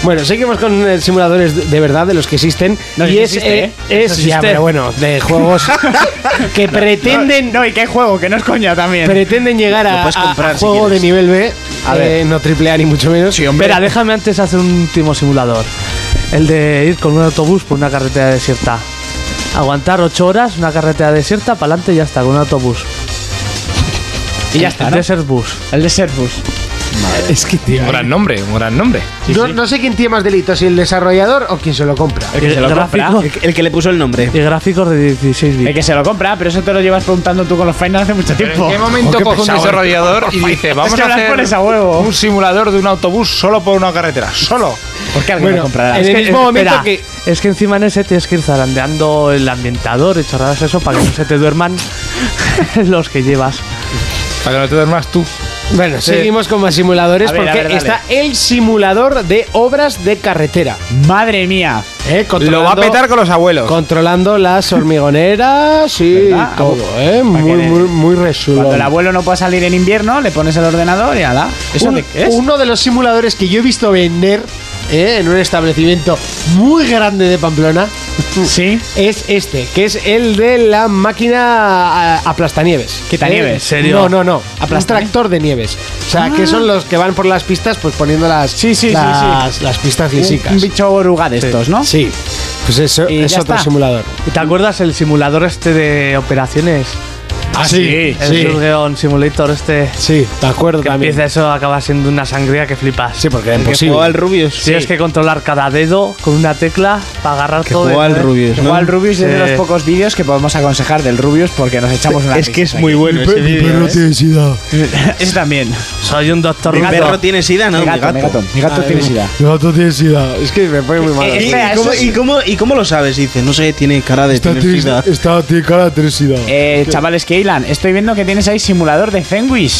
[SPEAKER 1] Bueno, seguimos con eh, simuladores de- de verdad, de los que existen.
[SPEAKER 4] No,
[SPEAKER 1] y
[SPEAKER 4] sí
[SPEAKER 1] es,
[SPEAKER 4] existe,
[SPEAKER 1] eh,
[SPEAKER 4] ¿eh?
[SPEAKER 1] es-
[SPEAKER 4] Eso
[SPEAKER 1] ya,
[SPEAKER 4] existe.
[SPEAKER 1] pero bueno, de juegos
[SPEAKER 4] [LAUGHS]
[SPEAKER 1] que pretenden,
[SPEAKER 4] No, eh, y que hay juego, que no es coña también.
[SPEAKER 1] pretenden llegar a,
[SPEAKER 8] puedes
[SPEAKER 1] a- a
[SPEAKER 8] comprar si
[SPEAKER 1] juego de
[SPEAKER 8] quieres.
[SPEAKER 1] nivel B.
[SPEAKER 4] A
[SPEAKER 1] eh,
[SPEAKER 4] ver.
[SPEAKER 1] no triple A ni mucho menos.
[SPEAKER 5] Espera, déjame antes hacer un último simulador. El de ir con un autobús por una carretera desierta. Aguantar 8 horas, una carretera desierta, para adelante y ya está, con un autobús.
[SPEAKER 4] y ya está,
[SPEAKER 5] El
[SPEAKER 4] ¿no?
[SPEAKER 5] Desert Bus.
[SPEAKER 4] El de Servus.
[SPEAKER 7] Es que tío. Un gran nombre, un gran nombre.
[SPEAKER 1] no, no sé quién tiene más delitos, si el desarrollador o quien se lo compra.
[SPEAKER 4] El que se lo
[SPEAKER 5] gráfico-
[SPEAKER 4] compra.
[SPEAKER 8] El, que- el que le puso el nombre.
[SPEAKER 5] Y gráficos de 16
[SPEAKER 4] El
[SPEAKER 5] bits.
[SPEAKER 4] que se lo compra, pero eso te lo llevas preguntando tú con los finals hace mucho
[SPEAKER 7] Pero
[SPEAKER 4] tiempo.
[SPEAKER 7] ¿En Oh, qué momento
[SPEAKER 1] qué
[SPEAKER 7] coge un
[SPEAKER 1] pesado,
[SPEAKER 7] desarrollador y dice, vamos
[SPEAKER 4] que
[SPEAKER 7] a
[SPEAKER 4] las
[SPEAKER 7] hacer
[SPEAKER 4] pones a huevo.
[SPEAKER 7] un simulador de un autobús solo por una carretera? Solo.
[SPEAKER 4] ¿Por qué alguien
[SPEAKER 1] Bueno,
[SPEAKER 4] lo comprará?
[SPEAKER 1] en el mismo momento
[SPEAKER 5] espera,
[SPEAKER 1] que-
[SPEAKER 5] Es que encima en ese tienes que ir zarandeando el ambientador y chorradas eso para que no se te duerman [LAUGHS] los que llevas.
[SPEAKER 7] Para que no te duermas tú.
[SPEAKER 1] Bueno, seguimos con más simuladores
[SPEAKER 4] A ver, a
[SPEAKER 1] porque
[SPEAKER 4] ver, dale.
[SPEAKER 1] está el simulador de obras de carretera.
[SPEAKER 4] Madre mía.
[SPEAKER 1] ¿eh?
[SPEAKER 7] Lo va a
[SPEAKER 1] Controlando-
[SPEAKER 7] petar con los abuelos.
[SPEAKER 1] Controlando las hormigoneras y
[SPEAKER 4] ¿Verdad?
[SPEAKER 1] todo, ¿eh? Muy,
[SPEAKER 4] que-
[SPEAKER 1] muy, muy
[SPEAKER 4] Cuando el
[SPEAKER 1] resulón.
[SPEAKER 4] abuelo no pueda salir en invierno, le pones el ordenador y ala. ¿Eso
[SPEAKER 1] Un-
[SPEAKER 4] de qué es?
[SPEAKER 1] Uno de los simuladores que yo he visto vender ¿eh? en un establecimiento muy grande de Pamplona
[SPEAKER 4] Sí.
[SPEAKER 1] es este, que es el de la máquina a- aplastanieves.
[SPEAKER 4] Quitanieves. ¿En serio?
[SPEAKER 1] No, no, no. Un
[SPEAKER 4] ¿Aplastanie-
[SPEAKER 1] tractor de nieves. O sea, que son los que van por las pistas pues poniendo las,
[SPEAKER 4] Sí, sí, sí,
[SPEAKER 1] las, las pistas lisicas.
[SPEAKER 4] Un, un bicho oruga de estos, ¿no?
[SPEAKER 1] Sí. Pues eso
[SPEAKER 4] Y
[SPEAKER 1] es
[SPEAKER 4] ya
[SPEAKER 1] otro
[SPEAKER 4] está.
[SPEAKER 1] simulador.
[SPEAKER 5] ¿Y ¿Te acuerdas el simulador este de operaciones?
[SPEAKER 1] Ah,
[SPEAKER 4] sí,
[SPEAKER 5] El Surgeon Simulator este.
[SPEAKER 1] Sí, de acuerdo
[SPEAKER 5] Que
[SPEAKER 1] también.
[SPEAKER 5] empieza eso, acaba siendo una sangría que flipas.
[SPEAKER 1] Sí, porque era
[SPEAKER 8] Que jugaba
[SPEAKER 1] imposible.
[SPEAKER 8] al Rubius.
[SPEAKER 5] Tienes que controlar cada dedo con una tecla para agarrar todo.
[SPEAKER 8] jugaba
[SPEAKER 5] el- ¿eh?
[SPEAKER 8] al Rubius, ¿no?
[SPEAKER 4] Igual Rubius es de los
[SPEAKER 5] Sí.
[SPEAKER 4] pocos vídeos que podemos aconsejar del Rubius porque nos echamos una
[SPEAKER 8] Es que es
[SPEAKER 4] risas
[SPEAKER 8] muy bueno ese vídeo. ¿eh?
[SPEAKER 4] aquí. Ese también.
[SPEAKER 5] Soy un doctor
[SPEAKER 8] Mi
[SPEAKER 5] gato.
[SPEAKER 8] perro tiene sida, ¿no?
[SPEAKER 4] mi gato, mi gato. Mi gato tiene sida.
[SPEAKER 1] Es que me pone muy mal.
[SPEAKER 8] ¿Y,
[SPEAKER 4] Espera,
[SPEAKER 8] cómo,
[SPEAKER 4] eso es-
[SPEAKER 8] y cómo- y cómo lo sabes? Dice, no sé, tiene cara de tener sida.
[SPEAKER 4] Eh, chavales, Keylan, estoy viendo que tienes ahí simulador de Fenwis.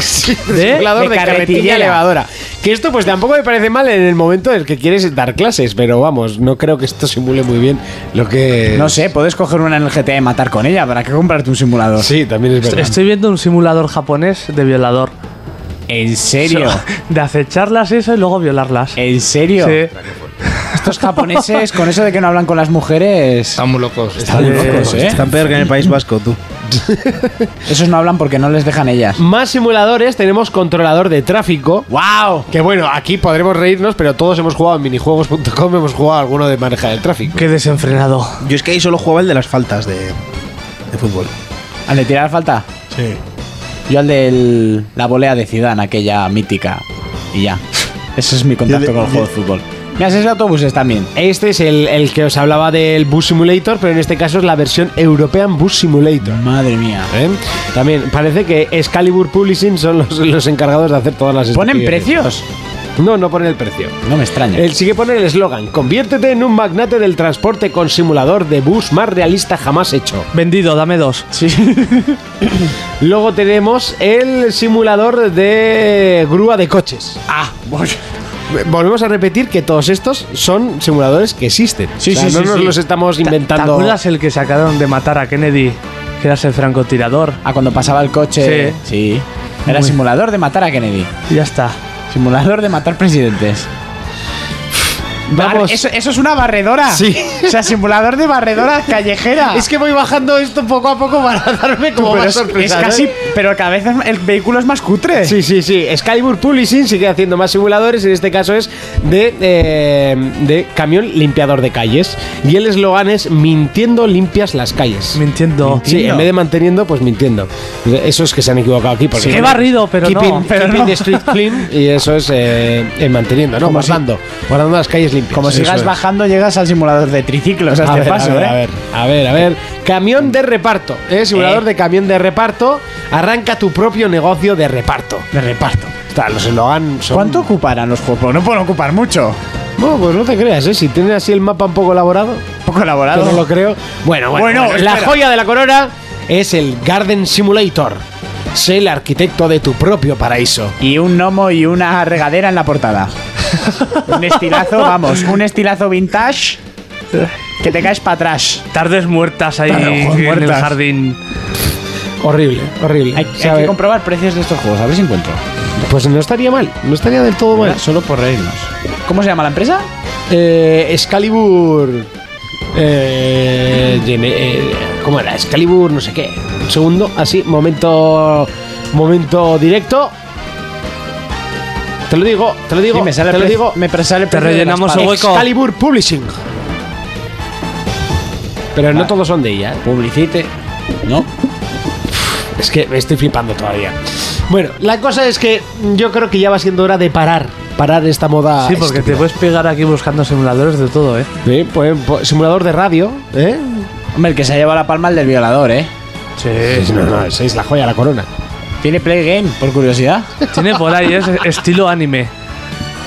[SPEAKER 1] Sí,
[SPEAKER 4] ¿De?
[SPEAKER 1] [LAUGHS] simulador de,
[SPEAKER 4] De
[SPEAKER 1] carretilla
[SPEAKER 4] carretillera.
[SPEAKER 1] elevadora. Que esto pues tampoco me parece mal en el momento en el que quieres dar clases, pero vamos, no creo que esto simule muy bien lo que...
[SPEAKER 4] No sé, puedes coger una en el GTA y matar con ella. ¿Para qué comprarte un simulador?
[SPEAKER 1] Sí, también es verdad.
[SPEAKER 5] Estoy viendo un simulador japonés de violador.
[SPEAKER 4] ¿En serio?
[SPEAKER 5] [LAUGHS] De acecharlas eso y luego violarlas.
[SPEAKER 4] ¿En serio?
[SPEAKER 5] Sí.
[SPEAKER 4] Estos japoneses, con eso de que no hablan con las mujeres,
[SPEAKER 7] Están muy locos.
[SPEAKER 4] están locos, ¿eh?
[SPEAKER 8] Están Pues peor que en el [LAUGHS] País Vasco, tú.
[SPEAKER 4] Esos no hablan porque no les dejan ellas.
[SPEAKER 1] Más simuladores, tenemos controlador de tráfico.
[SPEAKER 4] ¡Wow!
[SPEAKER 1] Que bueno, aquí podremos reírnos, pero todos hemos jugado en minijuegos.com, hemos jugado a alguno de maneja del tráfico.
[SPEAKER 5] Qué desenfrenado.
[SPEAKER 8] Yo es que ahí solo jugaba el de las faltas de, de fútbol.
[SPEAKER 4] ¿Al de tirar falta? Sí. Yo al de la volea de Zidane, aquella mítica. Y ya. Ese es mi contacto
[SPEAKER 8] Yo de-
[SPEAKER 4] con el juego de fútbol. Mira, ese es de autobuses también.
[SPEAKER 1] Este es el, el que os hablaba del Bus Simulator, pero en este caso es la versión European Bus Simulator.
[SPEAKER 4] Madre mía.
[SPEAKER 1] ¿eh? También parece que Excalibur Publishing son los, los encargados de hacer todas las
[SPEAKER 4] ¿Ponen
[SPEAKER 1] estupideces.
[SPEAKER 4] precios?
[SPEAKER 1] No, no pone el precio.
[SPEAKER 4] No me extraña.
[SPEAKER 1] Él sigue pone el eslogan: Conviértete en un magnate del transporte con simulador de bus más realista jamás hecho.
[SPEAKER 5] Vendido, dame dos.
[SPEAKER 1] Sí. Luego tenemos el simulador de grúa de coches.
[SPEAKER 4] Ah,
[SPEAKER 1] Volvemos a repetir que todos estos son simuladores que existen. O
[SPEAKER 5] Sí,
[SPEAKER 1] sea,
[SPEAKER 5] sí,
[SPEAKER 1] no
[SPEAKER 5] sí,
[SPEAKER 1] nos
[SPEAKER 5] sí.
[SPEAKER 1] los estamos
[SPEAKER 5] ¿Te-
[SPEAKER 1] inventando.
[SPEAKER 5] ¿Te acuerdas el que sacaron de matar a Kennedy? Que eras el francotirador.
[SPEAKER 4] Ah, cuando pasaba el coche. Sí. Era
[SPEAKER 5] Muy-
[SPEAKER 4] simulador de matar a Kennedy.
[SPEAKER 5] Ya está.
[SPEAKER 4] Simulador de matar presidentes.
[SPEAKER 1] Vamos.
[SPEAKER 4] Bar- ¿Eso, eso es una barredora.
[SPEAKER 1] Sí.
[SPEAKER 4] O sea, simulador de barredora callejera.
[SPEAKER 1] [LAUGHS] Es que voy bajando esto poco a poco para [LAUGHS] darme como
[SPEAKER 4] Pero
[SPEAKER 1] más
[SPEAKER 4] es-
[SPEAKER 1] sorpresa.
[SPEAKER 4] es
[SPEAKER 1] ¿no?
[SPEAKER 4] casi. Pero cada vez es- el vehículo es más cutre.
[SPEAKER 1] Sí, sí, sí. Excalibur Publishing sigue haciendo más simuladores. En este caso es de, eh, de camión limpiador de calles. Y el eslogan es mintiendo limpias las calles.
[SPEAKER 5] Mintiendo.
[SPEAKER 1] Sí, en
[SPEAKER 4] Mintiendo.
[SPEAKER 1] vez de manteniendo, pues mintiendo. Eso es que se han equivocado aquí. Porque
[SPEAKER 5] Sí, he barrido, pero
[SPEAKER 1] keeping,
[SPEAKER 5] no, pero
[SPEAKER 1] keeping
[SPEAKER 5] no.
[SPEAKER 1] the street clean y eso es eh, eh, manteniendo, ¿no?
[SPEAKER 4] Como si-
[SPEAKER 1] Guardando. guardando las calles limpias.
[SPEAKER 4] Como
[SPEAKER 1] Eso
[SPEAKER 4] sigas
[SPEAKER 1] es.
[SPEAKER 4] bajando, llegas al simulador de triciclos a,
[SPEAKER 1] A
[SPEAKER 4] este
[SPEAKER 1] ver,
[SPEAKER 4] paso,
[SPEAKER 1] a ver,
[SPEAKER 4] ¿eh?
[SPEAKER 1] a ver, a ver, a ver. Camión de reparto, ¿eh? simulador
[SPEAKER 4] Eh.
[SPEAKER 1] de camión de reparto. Arranca tu propio negocio de reparto.
[SPEAKER 4] De reparto.
[SPEAKER 1] Está, los eslogan son...
[SPEAKER 4] ¿Cuánto ocuparán los juegos? No pueden ocupar mucho.
[SPEAKER 1] Bueno, pues no te creas, ¿eh? Si tienen así el mapa un poco elaborado,
[SPEAKER 4] Poco
[SPEAKER 1] que
[SPEAKER 4] elaborado.
[SPEAKER 1] no lo creo. Bueno, bueno,
[SPEAKER 4] Bueno,
[SPEAKER 1] bueno. la
[SPEAKER 4] espera.
[SPEAKER 1] joya de la corona es el Garden Simulator. Sé el arquitecto de tu propio paraíso.
[SPEAKER 4] Y un gnomo y una regadera en
[SPEAKER 1] [LAUGHS]
[SPEAKER 4] la portada. un estilazo, vamos, un estilazo vintage que te caes para atrás.
[SPEAKER 5] Tardes muertas ahí
[SPEAKER 4] Tardes
[SPEAKER 5] en el
[SPEAKER 4] muertas.
[SPEAKER 5] jardín.
[SPEAKER 1] Horrible, horrible.
[SPEAKER 4] Hay, hay
[SPEAKER 1] ¿Sabe?
[SPEAKER 4] que comprobar precios de estos juegos, a ver si encuentro.
[SPEAKER 1] pues no estaría mal, no estaría del todo mal.
[SPEAKER 4] Solo por reírnos. ¿Cómo se llama la empresa?
[SPEAKER 1] Eh, Excalibur. Eh, Gene- eh, ¿Cómo era? Excalibur, no sé qué. Un segundo, así, momento. Momento directo. Te lo digo, te lo digo,
[SPEAKER 4] Sí, me sale
[SPEAKER 1] te
[SPEAKER 4] el
[SPEAKER 1] lo
[SPEAKER 4] pre-
[SPEAKER 1] digo.
[SPEAKER 4] me pre- sale el
[SPEAKER 5] Te
[SPEAKER 4] precio de la
[SPEAKER 5] rellenamos
[SPEAKER 4] espada.
[SPEAKER 5] el hueco.
[SPEAKER 1] Excalibur Publishing. Pero no todos son de ella. ¿eh?
[SPEAKER 4] Publicite. ¿No?
[SPEAKER 1] Es que me estoy flipando todavía. Bueno, la cosa es que yo creo que ya va siendo hora de parar. Parar esta moda.
[SPEAKER 5] sí, porque te
[SPEAKER 1] estúpida.
[SPEAKER 5] puedes pegar aquí buscando simuladores de todo, ¿eh?
[SPEAKER 1] Sí, pues, pues, simulador de radio, ¿eh?
[SPEAKER 4] Hombre, el que se ha llevado la palma el del violador, ¿eh?
[SPEAKER 1] Sí, no, no, esa es la joya, la corona.
[SPEAKER 4] ¿Tiene play game, por curiosidad?
[SPEAKER 5] Tiene por ahí, es estilo anime.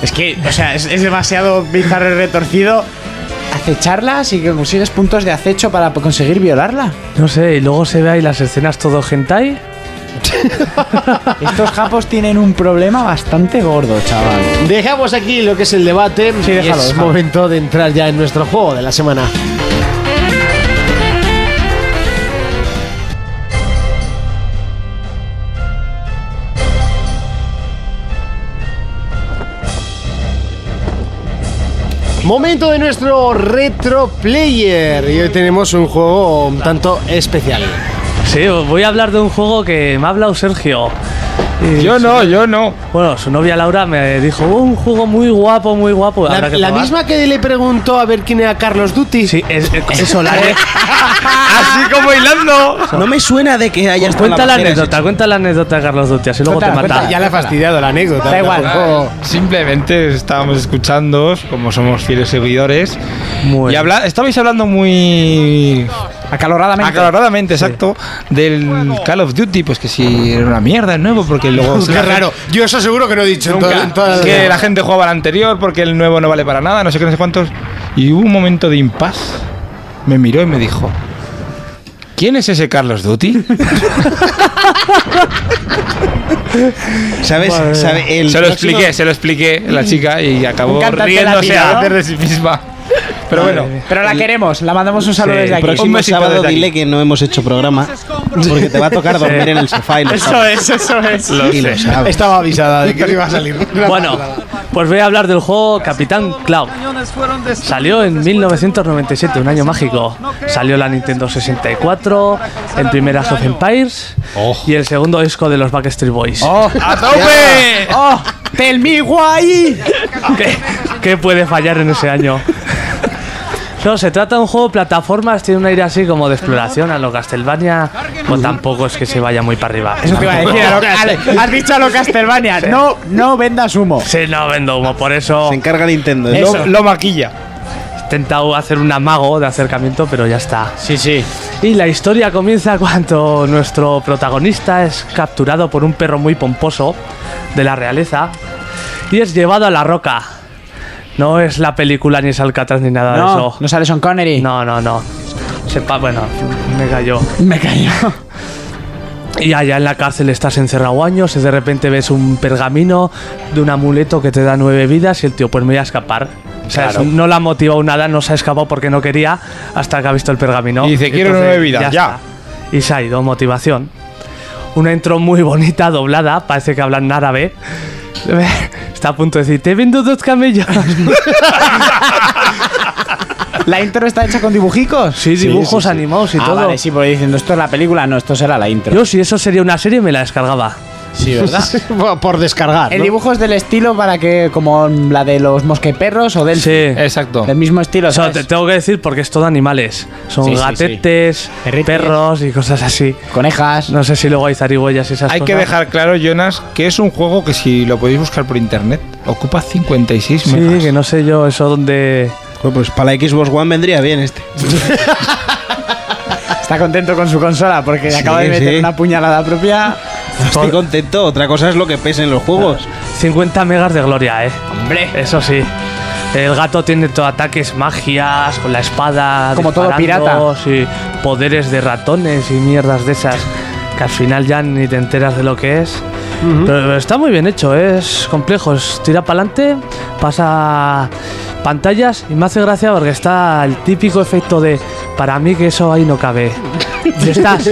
[SPEAKER 4] Es que, o sea, es, es demasiado bizarro y retorcido acecharlas y que consigues puntos de acecho para conseguir violarla.
[SPEAKER 5] No sé, y luego se ve ahí las escenas todo hentai.
[SPEAKER 4] Estos japos tienen un problema bastante gordo, chaval.
[SPEAKER 1] Dejamos aquí lo que es el debate.
[SPEAKER 4] Sí,
[SPEAKER 1] y
[SPEAKER 4] déjalo,
[SPEAKER 1] es
[SPEAKER 4] déjalo.
[SPEAKER 1] momento de entrar ya en nuestro juego de la semana. Momento de nuestro retro player y hoy tenemos un juego un tanto especial.
[SPEAKER 5] Sí, os voy a hablar de un juego que me ha hablado Sergio. Y
[SPEAKER 7] Yo
[SPEAKER 5] su-
[SPEAKER 7] no, yo no.
[SPEAKER 5] Bueno, su novia Laura me dijo, "Oh, un juego muy guapo, muy guapo.
[SPEAKER 1] La,
[SPEAKER 5] habrá que
[SPEAKER 1] la
[SPEAKER 5] probar".
[SPEAKER 1] misma que le preguntó a ver quién era Carlos Duty.
[SPEAKER 5] Sí, es, eh, es- eso, [LAUGHS] la
[SPEAKER 7] Así como bailando.
[SPEAKER 8] No me suena de que haya estado
[SPEAKER 5] Cuenta la
[SPEAKER 8] bajera,
[SPEAKER 5] anécdota, cuenta la anécdota, Carlos Dutias, y luego
[SPEAKER 4] Cuéntala,
[SPEAKER 5] te mata.
[SPEAKER 4] cuéntala.
[SPEAKER 1] Ya le ha fastidiado la anécdota.
[SPEAKER 4] Da igual.
[SPEAKER 5] Ah.
[SPEAKER 7] Simplemente estábamos escuchando, como somos fieles seguidores,
[SPEAKER 5] Muy
[SPEAKER 7] y habla estabais hablando muy
[SPEAKER 4] Acaloradamente.
[SPEAKER 7] acaloradamente, exacto, del Call of Duty, pues que si era una mierda el nuevo, porque luego...
[SPEAKER 1] [LAUGHS] Qué raro. Yo eso seguro que no he dicho en toda- en toda la-
[SPEAKER 7] que la gente jugaba al anterior porque el nuevo no vale para nada, no sé qué, no sé cuántos. Y hubo un momento de impas. Me miró y me dijo: ¿Quién es ese Carlos Duty?
[SPEAKER 8] ¿Sabes? ¿Sabe? El
[SPEAKER 7] se lo
[SPEAKER 8] próximo-
[SPEAKER 7] expliqué, se lo expliqué a la chica y acabó
[SPEAKER 4] Un cantante
[SPEAKER 7] riéndose
[SPEAKER 4] latino,
[SPEAKER 7] a
[SPEAKER 4] ¿no?
[SPEAKER 7] hacer de sí misma. Pero bueno,
[SPEAKER 4] Pero la queremos, la mandamos un saludo
[SPEAKER 5] Sí,
[SPEAKER 4] desde
[SPEAKER 8] El
[SPEAKER 4] aquí.
[SPEAKER 7] próximo-
[SPEAKER 8] próximo
[SPEAKER 7] besito
[SPEAKER 8] sábado
[SPEAKER 7] desde aquí.
[SPEAKER 8] dile que no hemos hecho programa porque te va a tocar dormir en el sofá y lo
[SPEAKER 4] Eso
[SPEAKER 8] sabes.
[SPEAKER 4] es, eso es.
[SPEAKER 8] Y lo sabes.
[SPEAKER 1] Estaba avisada de que no iba a salir.
[SPEAKER 5] Bueno, pues voy a hablar del juego Capitán Cloud. Salió en 1997, un año mágico. Salió la Nintendo 64, el primer Age of Empires y el segundo disco de los Backstreet Boys.
[SPEAKER 7] ¡a tope!
[SPEAKER 4] ¡Oh! ¡Tell me why!
[SPEAKER 5] ¿Qué, qué puede fallar en ese año? No, se trata de un juego de plataformas, tiene un aire así como de exploración a lo Castlevania, o tampoco es que se vaya muy para arriba.
[SPEAKER 4] Eso te iba a decir. a lo- al- has dicho a lo Castlevania. Ah, No, no vendas humo.
[SPEAKER 5] Sí, no vendo humo, por eso
[SPEAKER 8] Se encarga Nintendo. ¿eh?
[SPEAKER 7] Lo, lo maquilla.
[SPEAKER 5] he intentado hacer un amago de acercamiento, pero ya está.
[SPEAKER 4] Sí, sí.
[SPEAKER 5] Y la historia comienza [LAUGHS] cuando nuestro protagonista es capturado por un perro muy pomposo de la realeza y es llevado a la roca. No es la película ni es Alcatraz ni nada
[SPEAKER 4] No,
[SPEAKER 5] de eso.
[SPEAKER 4] no sale Sean Connery.
[SPEAKER 5] No, no, no. Sepa, bueno, me cayó.
[SPEAKER 4] [LAUGHS] Me cayó.
[SPEAKER 5] Y allá en la cárcel estás encerrado años y de repente ves un pergamino de un amuleto que te da nueve vidas y el tío, pues me voy a escapar. O sea,
[SPEAKER 7] Claro.
[SPEAKER 5] no la ha motivado nada, no se ha escapado porque no quería hasta que ha visto el pergamino.
[SPEAKER 7] Y dice, "Quiero
[SPEAKER 5] Entonces,
[SPEAKER 7] nueve vidas, ya".
[SPEAKER 5] está. Y se ha ido, motivación. Una intro muy bonita, doblada, parece que hablan árabe. [LAUGHS] Está a punto de decir, te vendo dos
[SPEAKER 7] [LAUGHS]
[SPEAKER 5] camellos.
[SPEAKER 4] ¿La intro está hecha con dibujicos?
[SPEAKER 5] Sí, dibujos animados y
[SPEAKER 4] Ah,
[SPEAKER 5] todo.
[SPEAKER 4] Vale, sí, porque diciendo esto es la película, no, esto será la intro.
[SPEAKER 5] Yo si eso sería una serie me la descargaba.
[SPEAKER 4] Sí, ¿verdad?
[SPEAKER 1] Por descargar.
[SPEAKER 4] El
[SPEAKER 1] ¿no?
[SPEAKER 4] dibujo es Ah, del estilo para que, como la de los mosqueperros o del.
[SPEAKER 5] Sí.
[SPEAKER 7] Exacto.
[SPEAKER 4] Del mismo estilo.
[SPEAKER 5] O sea,
[SPEAKER 4] ¿sabes?
[SPEAKER 5] te tengo que decir porque es todo animales. Son
[SPEAKER 4] Sí, sí, sí.
[SPEAKER 5] gatetes,
[SPEAKER 4] Perretes.
[SPEAKER 5] perros y cosas así.
[SPEAKER 4] Conejas.
[SPEAKER 5] No sé si luego hay zarigüeyas y esas
[SPEAKER 7] Hay
[SPEAKER 5] cosas.
[SPEAKER 7] que dejar claro, Jonas, que es un juego que si lo podéis buscar por internet, ocupa 56
[SPEAKER 5] Sí,
[SPEAKER 7] megas.
[SPEAKER 5] que no sé yo eso donde...
[SPEAKER 8] Joder, Pues para la Xbox One vendría bien este.
[SPEAKER 4] Está contento con su consola porque
[SPEAKER 8] Sí,
[SPEAKER 4] acaba de meter
[SPEAKER 8] sí.
[SPEAKER 4] una puñalada propia.
[SPEAKER 8] Estoy contento. Otra cosa es lo que pesen los juegos.
[SPEAKER 5] 50 megas de gloria, eh.
[SPEAKER 4] Hombre.
[SPEAKER 5] Eso sí. El gato tiene todo ataques, magias, con la espada.
[SPEAKER 4] Como todo
[SPEAKER 5] disparando, Sí, poderes de ratones y mierdas de esas. Que al final ya ni te enteras de lo que es. Pero está muy bien hecho, ¿eh? es complejo. es tira para adelante, pasa pantallas y me hace gracia porque está el típico efecto de para mí que eso ahí no cabe. Y Estás.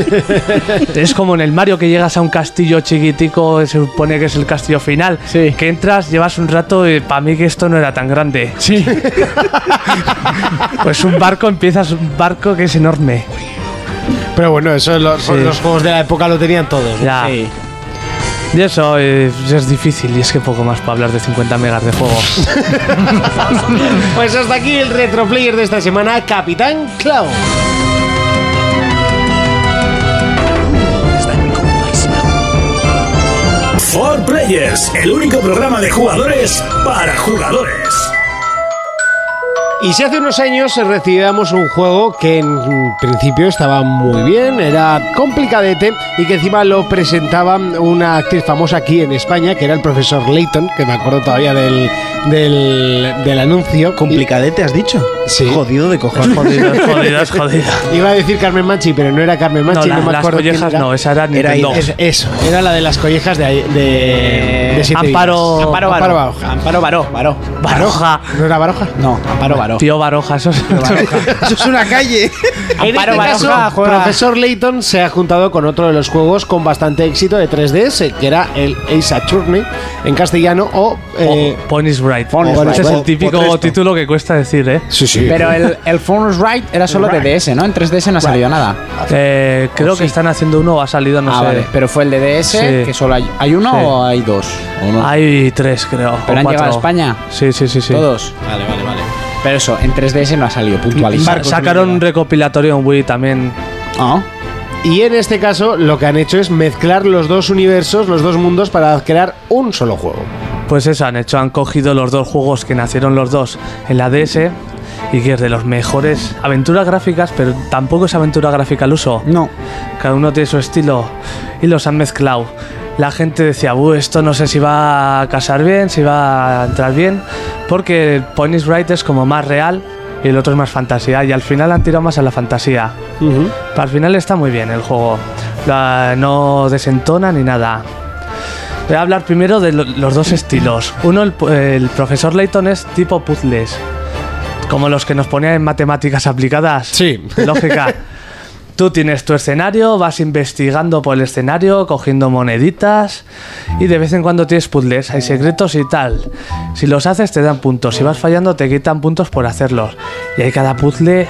[SPEAKER 5] Es como en el Mario que llegas a un castillo chiquitico, se supone que es el castillo final.
[SPEAKER 4] Sí.
[SPEAKER 5] Que entras, llevas un rato y para mí que esto no era tan grande.
[SPEAKER 4] Sí.
[SPEAKER 5] [LAUGHS] Pues un barco, empiezas un barco que es enorme.
[SPEAKER 1] Pero bueno, eso lo-
[SPEAKER 5] Sí.
[SPEAKER 1] los juegos de la época lo tenían todos. ¿no?
[SPEAKER 5] Ya.
[SPEAKER 4] Sí.
[SPEAKER 5] Y eso eh, es difícil y es que poco más para hablar de 50 megas de juego.
[SPEAKER 1] Pues hasta aquí el retroplayer de esta semana, Capitán Clown.
[SPEAKER 2] For Players, el único programa de jugadores para jugadores.
[SPEAKER 1] Y si hace unos años recibíamos un juego que en principio estaba muy bien, era complicadete y que encima lo presentaba una actriz famosa aquí en España, que era el profesor Layton, que me acuerdo todavía del, del, del anuncio.
[SPEAKER 8] Complicadete, has dicho.
[SPEAKER 1] Sí.
[SPEAKER 8] Jodido de
[SPEAKER 1] Pues
[SPEAKER 8] cojones.
[SPEAKER 5] Jodido, es jodido, es jodido.
[SPEAKER 1] Iba a decir Carmen Manchi, pero no era Carmen
[SPEAKER 5] No,
[SPEAKER 1] Manchi, no,
[SPEAKER 5] la-
[SPEAKER 1] me
[SPEAKER 5] las
[SPEAKER 1] acuerdo. quién
[SPEAKER 5] collejas
[SPEAKER 1] era.
[SPEAKER 5] no, esa era
[SPEAKER 8] Era
[SPEAKER 5] Nintendo.
[SPEAKER 1] Es- eso, era la de las collejas de, ahí- de, de siete
[SPEAKER 5] Amparo-
[SPEAKER 1] vidas.
[SPEAKER 4] Amparo Baró.
[SPEAKER 1] Amparo Baroja.
[SPEAKER 4] Amparo Baró. Baró.
[SPEAKER 5] Baroja.
[SPEAKER 1] ¿No era Baroja?
[SPEAKER 4] No, Amparo Baró.
[SPEAKER 5] Tío Baroja, eso es.
[SPEAKER 8] Eso es una [LAUGHS] calle.
[SPEAKER 1] En
[SPEAKER 4] Amparo
[SPEAKER 1] este
[SPEAKER 4] Baroja
[SPEAKER 1] caso,
[SPEAKER 4] juega-
[SPEAKER 1] Profesor Layton se ha juntado con otro de los juegos con bastante éxito de 3DS, que era el Ace Attorney en castellano o... eh,
[SPEAKER 5] O Pony's Bright.
[SPEAKER 1] Pony's
[SPEAKER 5] Ese
[SPEAKER 1] Bright.
[SPEAKER 5] es
[SPEAKER 1] O-
[SPEAKER 5] el típico
[SPEAKER 1] o Tresto.
[SPEAKER 5] título que cuesta decir, ¿eh?
[SPEAKER 1] sí, sí.
[SPEAKER 4] Pero el, el Phoenix Wright era solo de DS, ¿no? En 3DS no ha salido nada.
[SPEAKER 5] Eh, creo que están haciendo uno o ha salido, no
[SPEAKER 4] ah,
[SPEAKER 5] sé.
[SPEAKER 4] vale. Pero fue el de DS,
[SPEAKER 5] Sí.
[SPEAKER 4] que solo hay, ¿hay uno
[SPEAKER 5] Sí.
[SPEAKER 4] o hay dos. O uno.
[SPEAKER 5] Hay tres, creo.
[SPEAKER 4] Pero
[SPEAKER 5] o
[SPEAKER 4] han llegado a
[SPEAKER 5] cuatro.
[SPEAKER 4] España.
[SPEAKER 5] Sí, sí, sí. sí.
[SPEAKER 4] Todos. Vale, vale, vale. Pero eso, en 3DS no ha salido puntualizado.
[SPEAKER 5] Sa- Sacaron un recopilatorio en Wii también.
[SPEAKER 4] Ah.
[SPEAKER 1] Y en este caso lo que han hecho es mezclar los dos universos, los dos mundos para crear un solo juego.
[SPEAKER 5] Pues eso han hecho, han cogido los dos juegos que nacieron los dos en la DS y que es de los mejores aventuras gráficas, pero tampoco es aventura gráfica al uso.
[SPEAKER 4] No.
[SPEAKER 5] Cada uno tiene su estilo y los han mezclado. La gente decía, "Buh, esto no sé si va a casar bien, si va a entrar bien, porque Pony's Right es como más real y el otro es más fantasía, y al final han tirado más a la fantasía. Al final está muy bien el juego, La- no desentona ni nada. Voy a hablar primero de lo- los dos estilos. Uno, el, pu- el profesor Layton es tipo puzzles, como los que nos ponía en matemáticas aplicadas.
[SPEAKER 1] Sí.
[SPEAKER 5] Lógica. Tú tienes tu escenario, vas investigando por el escenario, cogiendo moneditas y de vez en cuando tienes puzzles, hay secretos y tal. Si los haces te dan puntos, si vas fallando te quitan puntos por hacerlos. Y hay cada puzzle...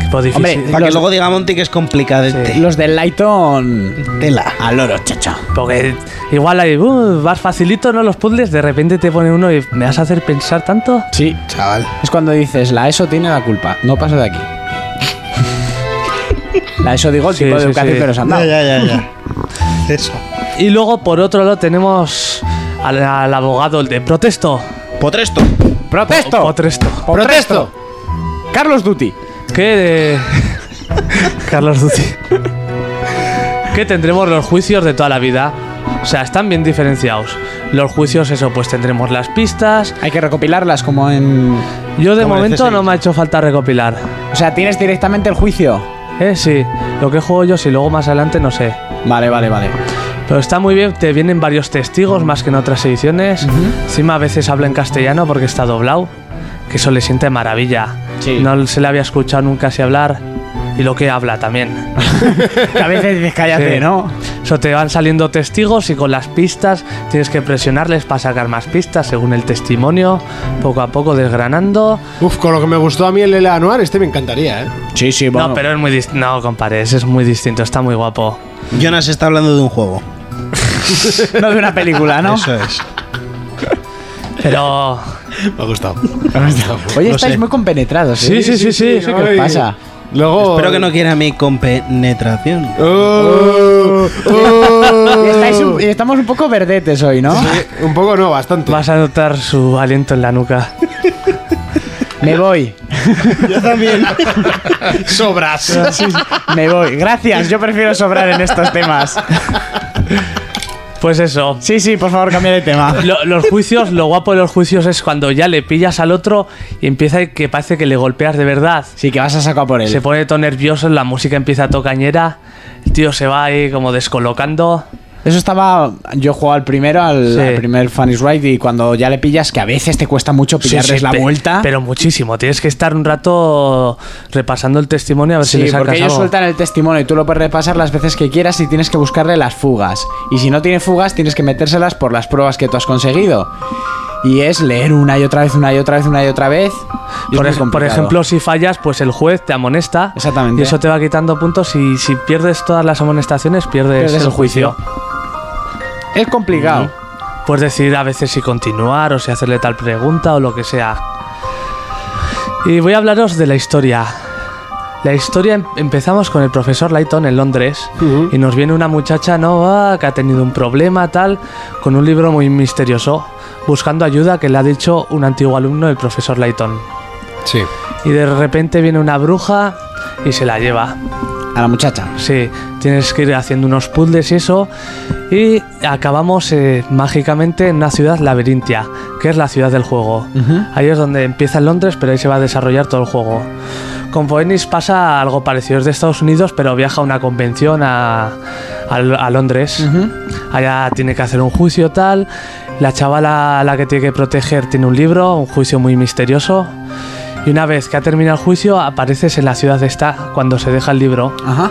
[SPEAKER 5] tipo
[SPEAKER 4] Hombre,
[SPEAKER 5] difícil.
[SPEAKER 8] Para que
[SPEAKER 4] Los-
[SPEAKER 8] luego diga Monty que es complicadete.
[SPEAKER 4] Los del Lighton.
[SPEAKER 8] Tela.
[SPEAKER 4] Al oro, chacha.
[SPEAKER 5] Porque igual ahí uh, vas facilito, ¿no? Los puzzles, de repente te pone uno y me vas a hacer pensar tanto.
[SPEAKER 4] Sí.
[SPEAKER 8] Chaval.
[SPEAKER 4] Es cuando dices, la ESO tiene la culpa. No paso de aquí. [LAUGHS] La ESO digo el
[SPEAKER 5] Sí,
[SPEAKER 4] tipo de
[SPEAKER 5] sí,
[SPEAKER 4] educación
[SPEAKER 5] sí.
[SPEAKER 4] que nos han dado.
[SPEAKER 8] ya, ya, ya. Eso.
[SPEAKER 5] Y luego, por otro lado, tenemos al, al abogado, el de protesto. Oh,
[SPEAKER 8] Potresto.
[SPEAKER 4] ¡Protesto!
[SPEAKER 5] Potresto.
[SPEAKER 4] ¡Protesto! Carlos Duty.
[SPEAKER 5] Que... eh, [LAUGHS] Carlos Duty. que tendremos los juicios de toda la vida. O sea, están bien diferenciados. los juicios, eso, pues tendremos las pistas.
[SPEAKER 4] Hay que recopilarlas como en...
[SPEAKER 5] Yo de
[SPEAKER 4] como en el
[SPEAKER 5] momento
[SPEAKER 4] CSI.
[SPEAKER 5] no me ha hecho falta recopilar.
[SPEAKER 4] O sea, tienes directamente el juicio.
[SPEAKER 5] Eh, sí. Lo que juego yo, si luego más adelante no sé.
[SPEAKER 4] Vale, vale, vale.
[SPEAKER 5] Pero está muy bien, te vienen varios testigos más que en otras ediciones. Encima a veces habla en castellano porque está doblado, que eso le siente maravilla. No se le había escuchado nunca así hablar y lo que habla también.
[SPEAKER 4] Que a veces dices, cállate,
[SPEAKER 5] Sí.
[SPEAKER 4] ¿no?
[SPEAKER 5] Eso te van saliendo testigos y con las pistas tienes que presionarles para sacar más pistas según el testimonio, poco a poco desgranando.
[SPEAKER 1] Uf, con lo que me gustó a mí el Lela Anuar, este me encantaría, ¿eh?
[SPEAKER 4] Sí, sí,
[SPEAKER 5] No, pero es muy dis- No, compares, es muy distinto, está muy guapo.
[SPEAKER 8] Jonas está hablando de un juego.
[SPEAKER 4] No de una película, Ah, ¿no?
[SPEAKER 8] Eso es.
[SPEAKER 5] Pero.
[SPEAKER 1] Me ha gustado.
[SPEAKER 4] Oye,
[SPEAKER 8] Lo
[SPEAKER 4] estáis
[SPEAKER 8] sé.
[SPEAKER 4] muy compenetrados, ¿eh?
[SPEAKER 5] Sí, sí, sí, sí.
[SPEAKER 4] ¿Qué os pasa?
[SPEAKER 1] Luego.
[SPEAKER 8] Espero que no quiera mi compenetración.
[SPEAKER 1] Oh, oh.
[SPEAKER 4] Y, estáis un- y estamos un poco verdetes hoy, ¿no?
[SPEAKER 1] Un poco no, bastante.
[SPEAKER 5] Vas a notar su aliento en la nuca.
[SPEAKER 4] Me voy.
[SPEAKER 1] Sobras.
[SPEAKER 4] Sí, sí, Me voy. Gracias, yo prefiero sobrar en estos temas.
[SPEAKER 5] Pues eso.
[SPEAKER 4] Sí, sí, por favor, cambia de tema.
[SPEAKER 5] Lo- los juicios, lo guapo de los juicios es cuando ya le pillas al otro y empieza que parece que le golpeas de verdad.
[SPEAKER 4] Sí, que vas a sacar por él.
[SPEAKER 5] Se pone todo nervioso, la música empieza a tocañera, el tío se va ahí como descolocando.
[SPEAKER 4] Eso estaba. Yo jugaba al primero, al,
[SPEAKER 5] Sí.
[SPEAKER 4] al primer Fan is Right, y cuando ya le pillas, que a veces te cuesta mucho pillarles la
[SPEAKER 5] pe-
[SPEAKER 4] vuelta.
[SPEAKER 5] Pero muchísimo, tienes que estar un rato repasando el testimonio a ver si
[SPEAKER 4] Sí,
[SPEAKER 5] le sacas
[SPEAKER 4] porque ellos
[SPEAKER 5] algo.
[SPEAKER 4] sueltan el testimonio y tú lo puedes repasar las veces que quieras y tienes que buscarle las fugas. Y si no tiene fugas, tienes que metérselas por las pruebas que tú has conseguido. Y es leer una y otra vez, una y otra vez, una y otra vez. y es
[SPEAKER 5] Por,
[SPEAKER 4] muy
[SPEAKER 5] ej- por
[SPEAKER 4] complicado.
[SPEAKER 5] ejemplo, si fallas, pues el juez te amonesta.
[SPEAKER 4] Exactamente.
[SPEAKER 5] Y eso te va quitando puntos y si pierdes todas las amonestaciones, pierdes,
[SPEAKER 4] Pierdes
[SPEAKER 5] el
[SPEAKER 4] el
[SPEAKER 5] juicio.
[SPEAKER 4] juicio. es complicado.
[SPEAKER 5] Puedes decidir a veces si continuar o si hacerle tal pregunta o lo que sea. Y voy a hablaros de la historia. La historia em- empezamos con el profesor Layton en Londres y nos viene una muchacha no Ah, que ha tenido un problema tal con un libro muy misterioso buscando ayuda que le ha dicho un antiguo alumno del profesor Layton.
[SPEAKER 1] Sí.
[SPEAKER 5] Y de repente viene una bruja y se la lleva.
[SPEAKER 4] A la muchacha.
[SPEAKER 5] Sí, tienes que ir haciendo unos puzzles y eso. Y acabamos eh, mágicamente en una ciudad laberintia, que es la ciudad del juego. Ahí es donde empieza en Londres, pero ahí se va a desarrollar todo el juego. Con Phoenix pasa algo parecido, es de Estados Unidos, pero viaja a una convención a, a L- a Londres. Allá tiene que hacer un juicio tal. La chavala a la que tiene que proteger tiene un libro, un juicio muy misterioso. Y una vez que ha terminado el juicio, apareces en la ciudad esta cuando se deja el libro.
[SPEAKER 4] Ajá.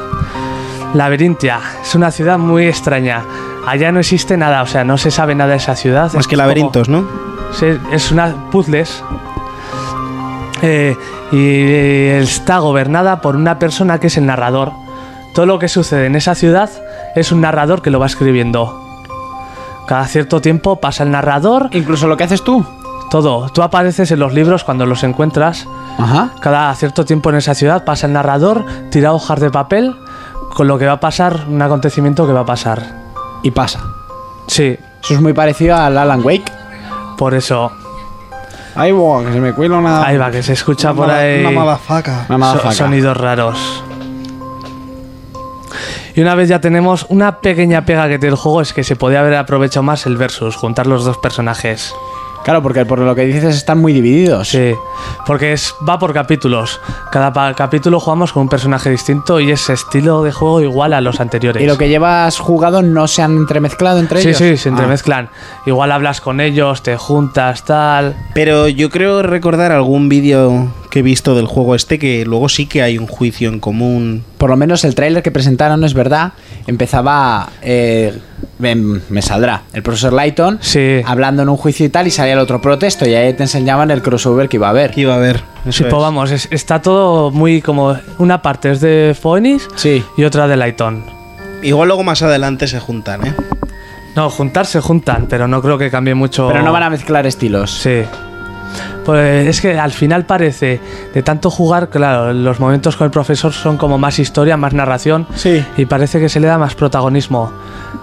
[SPEAKER 5] Laberintia es una ciudad muy extraña. Allá no existe nada, o sea, no se sabe nada de esa ciudad.
[SPEAKER 8] Más que
[SPEAKER 5] Es como-
[SPEAKER 8] laberintos, ¿no?
[SPEAKER 5] se- es una puzzles. Eh, y eh, está gobernada por una persona que es el narrador. Todo lo que sucede en esa ciudad es un narrador que lo va escribiendo. Cada cierto tiempo pasa el narrador,
[SPEAKER 4] Incluso lo que haces tú.
[SPEAKER 5] todo. Tú apareces en los libros cuando los encuentras.
[SPEAKER 4] Ajá.
[SPEAKER 5] Cada cierto tiempo en esa ciudad pasa el narrador, tira hojas de papel con lo que va a pasar, un acontecimiento que va a pasar.
[SPEAKER 4] Y pasa.
[SPEAKER 5] Sí,
[SPEAKER 4] Eso es muy parecido al Alan Wake.
[SPEAKER 5] por eso.
[SPEAKER 4] Ahí va, que se me cuela Ah, una.
[SPEAKER 5] Ahí va, que se escucha por ahí
[SPEAKER 4] Una
[SPEAKER 5] so-
[SPEAKER 4] madafaca.
[SPEAKER 5] sonidos raros. Y una vez ya tenemos una pequeña pega que tiene el juego, es que se podía haber aprovechado más el versus, juntar los dos personajes.
[SPEAKER 4] Claro, porque por lo que dices están muy divididos.
[SPEAKER 5] Sí, porque es, va por capítulos. Cada pa- capítulo jugamos con un personaje distinto y es estilo de juego igual a los anteriores.
[SPEAKER 4] Y lo que llevas jugado no se han entremezclado entre ellos.
[SPEAKER 5] Sí, sí, se
[SPEAKER 4] Ah.
[SPEAKER 5] entremezclan. Igual hablas con ellos, te juntas, tal.
[SPEAKER 8] Pero yo creo recordar algún vídeo que he visto del juego este que luego sí que hay un juicio en común.
[SPEAKER 4] Por lo menos el tráiler que presentaron, es verdad, empezaba... eh, me, me saldrá. El profesor Lighton
[SPEAKER 5] Sí.
[SPEAKER 4] hablando en un juicio y tal y salía el otro protesto y ahí te enseñaban el crossover que iba a haber.
[SPEAKER 8] Que iba a haber.
[SPEAKER 5] Sí, pues vamos, es- está todo muy como. Una parte es de Phoenix
[SPEAKER 4] Sí.
[SPEAKER 5] y otra de Lighton.
[SPEAKER 8] Igual luego más adelante se juntan, ¿eh?
[SPEAKER 5] No, juntarse juntan, pero no creo que cambie mucho.
[SPEAKER 4] Pero no van a mezclar estilos.
[SPEAKER 5] Sí. Pues es que al final parece, de tanto jugar, claro, los momentos con el profesor son como más historia, más narración.
[SPEAKER 4] Sí.
[SPEAKER 5] Y parece que se le da más protagonismo.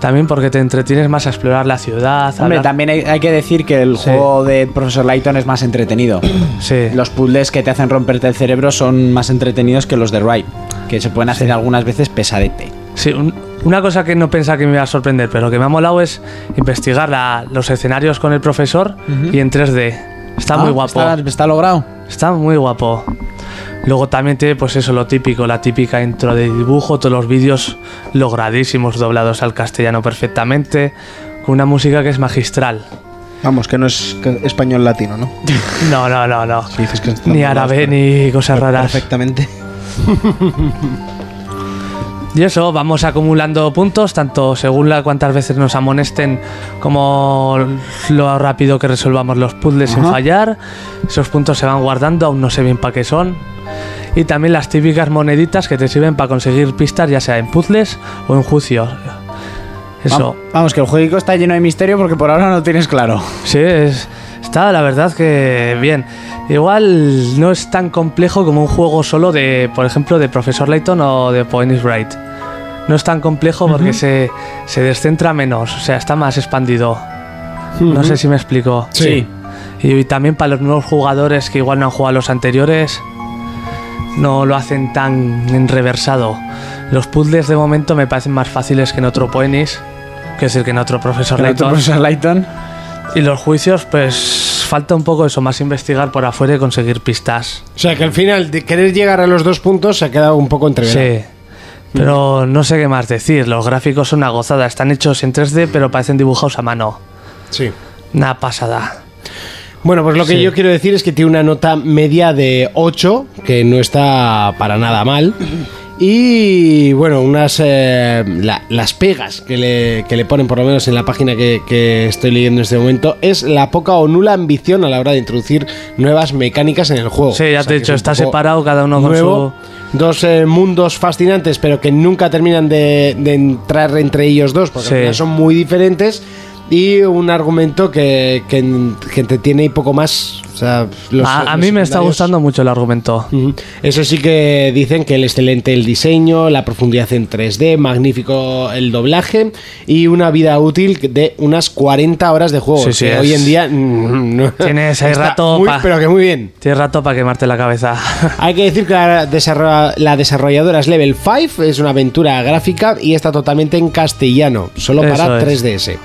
[SPEAKER 5] También porque te entretienes más a explorar la ciudad. a
[SPEAKER 4] Hombre,
[SPEAKER 5] hablar-
[SPEAKER 4] también hay, hay que decir que el
[SPEAKER 5] Sí.
[SPEAKER 4] juego de profesor Lighton es más entretenido.
[SPEAKER 5] Sí.
[SPEAKER 4] Los puzzles que te hacen romperte el cerebro son más entretenidos que los de Ride, que se pueden hacer algunas veces pesadete.
[SPEAKER 5] Sí, un- Una cosa que no pensaba que me iba a sorprender, pero que me ha molado es investigar la- los escenarios con el profesor y en 3D. Está
[SPEAKER 4] Ah,
[SPEAKER 5] muy guapo.
[SPEAKER 4] Está, está logrado.
[SPEAKER 5] Está muy guapo. Luego también tiene, pues eso, lo típico, la típica intro de dibujo, todos los vídeos logradísimos, doblados al castellano perfectamente, con una música que es magistral.
[SPEAKER 8] Vamos, que no es que- español latino, ¿no?
[SPEAKER 5] No, no, no, no.
[SPEAKER 8] Si dices que está
[SPEAKER 5] Ni
[SPEAKER 8] doblado,
[SPEAKER 5] árabe,
[SPEAKER 8] está
[SPEAKER 5] ni cosas raras.
[SPEAKER 8] Perfectamente.
[SPEAKER 5] Y eso, vamos acumulando puntos, tanto según la cuántas veces nos amonesten como lo rápido que resolvamos los puzzles sin
[SPEAKER 4] Ajá.
[SPEAKER 5] fallar. Esos puntos se van guardando, aún no sé bien para qué son. Y también las típicas moneditas que te sirven para conseguir pistas, ya sea en puzzles o en juicios. Eso.
[SPEAKER 4] Va- Vamos, que el jueguico está lleno de misterio porque por ahora no lo tienes claro.
[SPEAKER 5] Sí, es- está la verdad que bien. Igual no es tan complejo como un juego solo de, por ejemplo, de Profesor Layton o de Point is Right. No es tan complejo porque se, se descentra menos, o sea, está más expandido. No sé si me explico.
[SPEAKER 4] Sí.
[SPEAKER 5] Y, y también para los nuevos jugadores que igual no han jugado a los anteriores, no lo hacen tan enreversado. Los puzzles de momento me parecen más fáciles que en otro Point is, que decir, que en otro Profesor
[SPEAKER 4] Pero tú,
[SPEAKER 5] Layton.
[SPEAKER 4] profesor Layton.
[SPEAKER 5] Y los juicios, pues falta un poco eso, más investigar por afuera y conseguir pistas.
[SPEAKER 1] O sea, que al final, de querer llegar a los dos puntos, se ha quedado un poco entreverado. Mm.
[SPEAKER 5] Sí. Pero no sé qué más decir, los gráficos son una gozada, están hechos en 3D pero parecen dibujados a mano.
[SPEAKER 1] Sí.
[SPEAKER 5] Una pasada.
[SPEAKER 1] Bueno, pues lo que
[SPEAKER 5] Sí.
[SPEAKER 1] yo quiero decir es que tiene una nota media de 8, que no está para nada mal. Y bueno, unas eh, la- las pegas que le, que le ponen, por lo menos en la página que, que estoy leyendo en este momento, es la poca o nula ambición a la hora de introducir nuevas mecánicas en el juego.
[SPEAKER 5] Sí, ya
[SPEAKER 1] O sea,
[SPEAKER 5] te
[SPEAKER 1] que
[SPEAKER 5] he
[SPEAKER 1] es
[SPEAKER 5] dicho,
[SPEAKER 1] un
[SPEAKER 5] está
[SPEAKER 1] poco
[SPEAKER 5] separado cada uno con
[SPEAKER 1] nuevo. Dos eh, mundos fascinantes, pero que nunca terminan de, de entrar entre ellos dos, porque
[SPEAKER 5] Sí.
[SPEAKER 1] al final son muy diferentes. Y un argumento que, que, que te tiene y poco más. O sea,
[SPEAKER 5] su...
[SPEAKER 1] los-
[SPEAKER 5] A, a
[SPEAKER 1] los
[SPEAKER 5] mí me está
[SPEAKER 1] secundarios-
[SPEAKER 5] gustando mucho el argumento.
[SPEAKER 1] Ujú. Eso sí que dicen que el excelente el diseño, la profundidad en 3D, magnífico el doblaje y una vida útil de unas 40 horas de juego.
[SPEAKER 5] Sí, sí,
[SPEAKER 1] que
[SPEAKER 5] es-
[SPEAKER 1] hoy en día mm, [LAUGHS] no-
[SPEAKER 5] Tienes ahí
[SPEAKER 1] está
[SPEAKER 5] rato
[SPEAKER 1] muy-
[SPEAKER 5] pa-
[SPEAKER 1] pero que muy bien.
[SPEAKER 5] Tienes rato para quemarte la cabeza. [LAUGHS]
[SPEAKER 1] Hay que decir que la, desarro- la desarrolladora es Level 5, es una aventura gráfica y está totalmente en castellano, solo para
[SPEAKER 5] Eso es.
[SPEAKER 1] 3DS.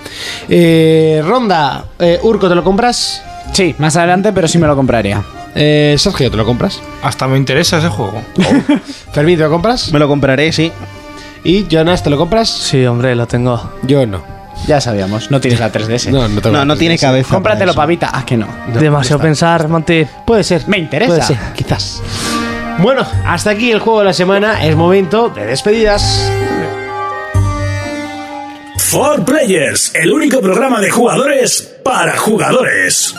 [SPEAKER 1] Eh, ronda, eh, Urco, ¿te lo compras?
[SPEAKER 4] Sí, más adelante, pero sí me lo compraría.
[SPEAKER 1] Eh, Sergio, ¿te lo compras?
[SPEAKER 7] Hasta me interesa ese juego.
[SPEAKER 1] Fermín, ¿te lo compras?
[SPEAKER 8] Me lo compraré, sí.
[SPEAKER 1] ¿Y Jonas, te lo compras?
[SPEAKER 5] Sí, hombre, lo tengo.
[SPEAKER 1] Yo no.
[SPEAKER 4] Ya sabíamos, no tienes la 3DS.
[SPEAKER 1] No, no tengo
[SPEAKER 8] No, no tiene cabeza. para
[SPEAKER 4] Cómpratelo,
[SPEAKER 8] eso.
[SPEAKER 4] pavita. Ah, que no.
[SPEAKER 5] Demasiado pensar, Monty.
[SPEAKER 1] Puede ser.
[SPEAKER 4] Me interesa.
[SPEAKER 1] Puede ser, quizás. Bueno, hasta aquí el juego de la semana. Es momento de despedidas.
[SPEAKER 2] For Players, el único programa de jugadores para jugadores.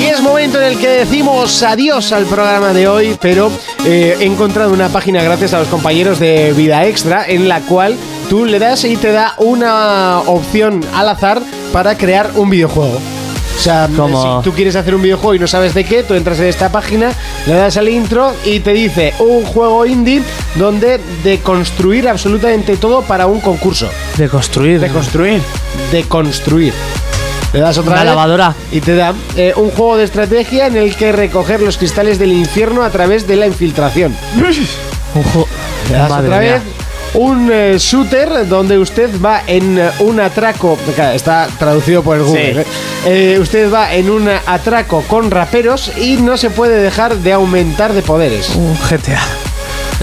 [SPEAKER 1] Y es momento en el que decimos adiós al programa de hoy, pero eh, he encontrado una página gracias a los compañeros de Vida Extra en la cual tú le das y te da una opción al azar para crear un videojuego. O sea,
[SPEAKER 5] ¿Cómo?
[SPEAKER 1] si tú quieres hacer un videojuego y no sabes de qué, tú entras en esta página, le das al intro y te dice un juego indie donde de construir absolutamente todo para un concurso.
[SPEAKER 5] De construir.
[SPEAKER 1] De construir. De construir. Le das otra
[SPEAKER 5] Una
[SPEAKER 1] vez
[SPEAKER 5] lavadora.
[SPEAKER 1] Y te da eh, un juego de estrategia en el que recoger los cristales del infierno a través de la infiltración.
[SPEAKER 5] Un ju-
[SPEAKER 1] Le das
[SPEAKER 5] Madre
[SPEAKER 1] otra
[SPEAKER 5] mía.
[SPEAKER 1] vez un eh, shooter donde usted va en eh, un atraco. Claro, Está traducido por el Google. ¿eh? Eh, usted va en un atraco con raperos y no se puede dejar de aumentar de poderes.
[SPEAKER 5] Un GTA.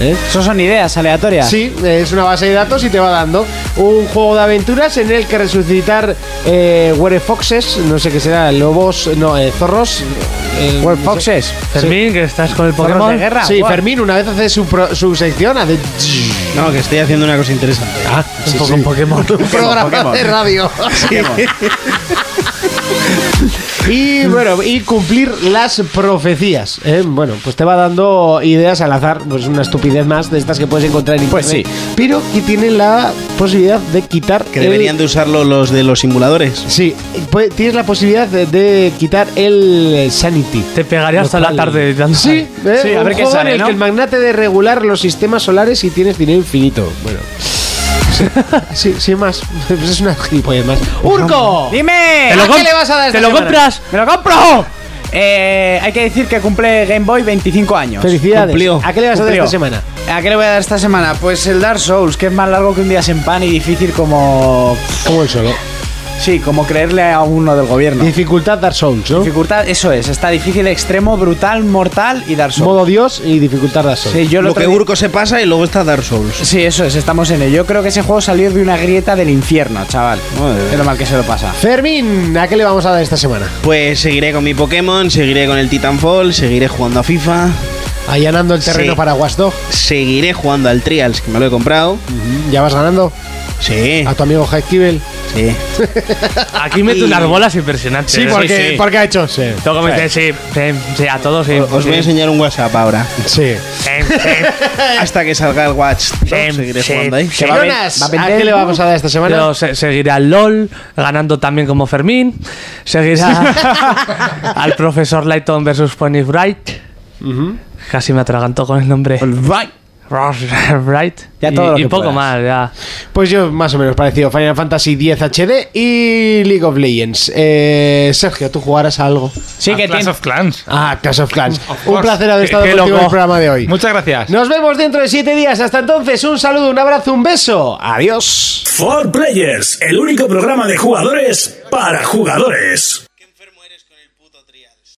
[SPEAKER 1] ¿eh?
[SPEAKER 4] Eso son ideas aleatorias.
[SPEAKER 1] Sí, es una base de datos y te va dando un juego de aventuras en el que resucitar eh, werefoxes, no sé qué será, lobos, no, eh, zorros. eh,
[SPEAKER 4] World Foxes.
[SPEAKER 5] Fermín, que estás con el
[SPEAKER 4] Zorros de
[SPEAKER 5] Pokémon.
[SPEAKER 4] guerra.
[SPEAKER 1] Sí,
[SPEAKER 4] Guau.
[SPEAKER 1] Fermín una vez hace su, pro- su sección, hace
[SPEAKER 8] No, que estoy haciendo una cosa interesante.
[SPEAKER 5] Un poco un Pokémon.
[SPEAKER 1] un programa
[SPEAKER 4] Pokémon.
[SPEAKER 1] de radio. y bueno, y cumplir las profecías. ¿eh? Bueno, pues te va dando ideas al azar, pues una estupidez más de estas que puedes encontrar en
[SPEAKER 4] Pues
[SPEAKER 1] internet. sí. Pero que tiene la posibilidad de quitar
[SPEAKER 8] Que
[SPEAKER 1] el-
[SPEAKER 8] deberían de usarlo los de los simuladores.
[SPEAKER 1] Sí, pues, tienes la posibilidad de, de quitar el sanity.
[SPEAKER 5] [LAUGHS] Te pegaría hasta la
[SPEAKER 1] Local.
[SPEAKER 5] tarde. dando-
[SPEAKER 1] Sí, ¿eh?
[SPEAKER 4] Sí, a
[SPEAKER 1] un
[SPEAKER 4] ver qué
[SPEAKER 1] juego
[SPEAKER 4] sale,
[SPEAKER 1] en el
[SPEAKER 4] ¿no?
[SPEAKER 1] que el magnate de regular los sistemas solares y tienes dinero infinito.
[SPEAKER 4] [LAUGHS]
[SPEAKER 1] Bueno. Sí, sí, más. Pues es una gilipollez más. ¡Urco!
[SPEAKER 4] ¡Dime!
[SPEAKER 5] Te lo
[SPEAKER 1] ¿A qué
[SPEAKER 5] comp-
[SPEAKER 1] le vas a dar
[SPEAKER 5] ¿Te
[SPEAKER 1] esta
[SPEAKER 5] lo
[SPEAKER 1] semana?
[SPEAKER 5] compras?
[SPEAKER 4] ¡Me lo compro! Eh, hay que decir que cumple Game Boy 25 años.
[SPEAKER 1] Felicidades.
[SPEAKER 4] Cumplió.
[SPEAKER 1] ¿A qué le vas a dar
[SPEAKER 4] Cumplió.
[SPEAKER 1] esta semana?
[SPEAKER 4] ¿A qué le voy a dar esta semana? Pues el Dark Souls, que es más largo que un día sin pan y difícil como.
[SPEAKER 1] Como el solo.
[SPEAKER 4] Sí, como creerle a uno del gobierno.
[SPEAKER 1] Dificultad Dark Souls, ¿no?
[SPEAKER 4] Dificultad, eso es. Está difícil, extremo, brutal, mortal y Dark Souls.
[SPEAKER 1] Modo Dios y dificultad Dark Souls.
[SPEAKER 4] Sí, yo
[SPEAKER 8] Lo
[SPEAKER 4] otro
[SPEAKER 8] que
[SPEAKER 4] día-
[SPEAKER 8] Urco se pasa y luego está Dark Souls.
[SPEAKER 4] Sí, eso es, estamos en ello. Yo creo que ese juego salió de una grieta del infierno, chaval.
[SPEAKER 8] Madre.
[SPEAKER 4] Es lo mal que se lo pasa.
[SPEAKER 1] Fermín, ¿a qué le vamos a dar esta semana?
[SPEAKER 8] Pues seguiré con mi Pokémon, seguiré con el Titanfall, seguiré jugando a FIFA,
[SPEAKER 1] Allanando el terreno
[SPEAKER 8] Sí.
[SPEAKER 1] para Guasdo.
[SPEAKER 8] seguiré jugando al Trials, que me lo he comprado.
[SPEAKER 1] Ya vas ganando.
[SPEAKER 8] Sí,
[SPEAKER 1] A tu amigo Jack Kibel.
[SPEAKER 8] sí.
[SPEAKER 5] Aquí mete
[SPEAKER 8] Y-
[SPEAKER 5] unas bolas impresionantes. eh,
[SPEAKER 1] Sí, porque,
[SPEAKER 5] sí.
[SPEAKER 1] porque ha hecho. Sí.
[SPEAKER 5] Tengo que meter, sí, sí, sí, a todos. Sí,
[SPEAKER 8] Os voy a
[SPEAKER 5] sí,
[SPEAKER 8] enseñar un WhatsApp ahora.
[SPEAKER 1] Sí.
[SPEAKER 5] sí, sí.
[SPEAKER 8] Hasta que salga el Watch. ¿no?
[SPEAKER 5] Sí,
[SPEAKER 8] Seguiré
[SPEAKER 5] sí.
[SPEAKER 8] jugando ahí.
[SPEAKER 5] Sí.
[SPEAKER 1] Jonas,
[SPEAKER 5] Va a ven-
[SPEAKER 1] a,
[SPEAKER 4] va a vender
[SPEAKER 1] qué
[SPEAKER 4] el
[SPEAKER 1] le
[SPEAKER 4] juego?
[SPEAKER 1] vamos a dar esta semana?
[SPEAKER 5] Pero se- seguirá al LOL, ganando también como Fermín. Seguirá al profesor Lighton versus Pony Bright. Casi me atragantó con el nombre. Bright.
[SPEAKER 4] Ya
[SPEAKER 5] y,
[SPEAKER 4] todo lo
[SPEAKER 5] y
[SPEAKER 4] que
[SPEAKER 5] poco
[SPEAKER 4] puedas.
[SPEAKER 5] más, ya.
[SPEAKER 1] Pues yo más o menos parecido. Final Fantasy X HD y League of Legends. Eh, Sergio, ¿tú jugarás a algo?
[SPEAKER 4] Sí, que
[SPEAKER 7] Clash
[SPEAKER 4] tiene-
[SPEAKER 7] of Clans.
[SPEAKER 1] Ah, Clash of Clans. Un
[SPEAKER 7] course.
[SPEAKER 1] placer haber
[SPEAKER 7] Qué-
[SPEAKER 1] estado
[SPEAKER 7] qué
[SPEAKER 1] contigo en el
[SPEAKER 7] loco.
[SPEAKER 1] programa de hoy.
[SPEAKER 7] Muchas gracias.
[SPEAKER 1] Nos vemos dentro de siete días. Hasta entonces, un saludo, un abrazo, un beso. Adiós.
[SPEAKER 2] For Players, el único programa de jugadores para jugadores.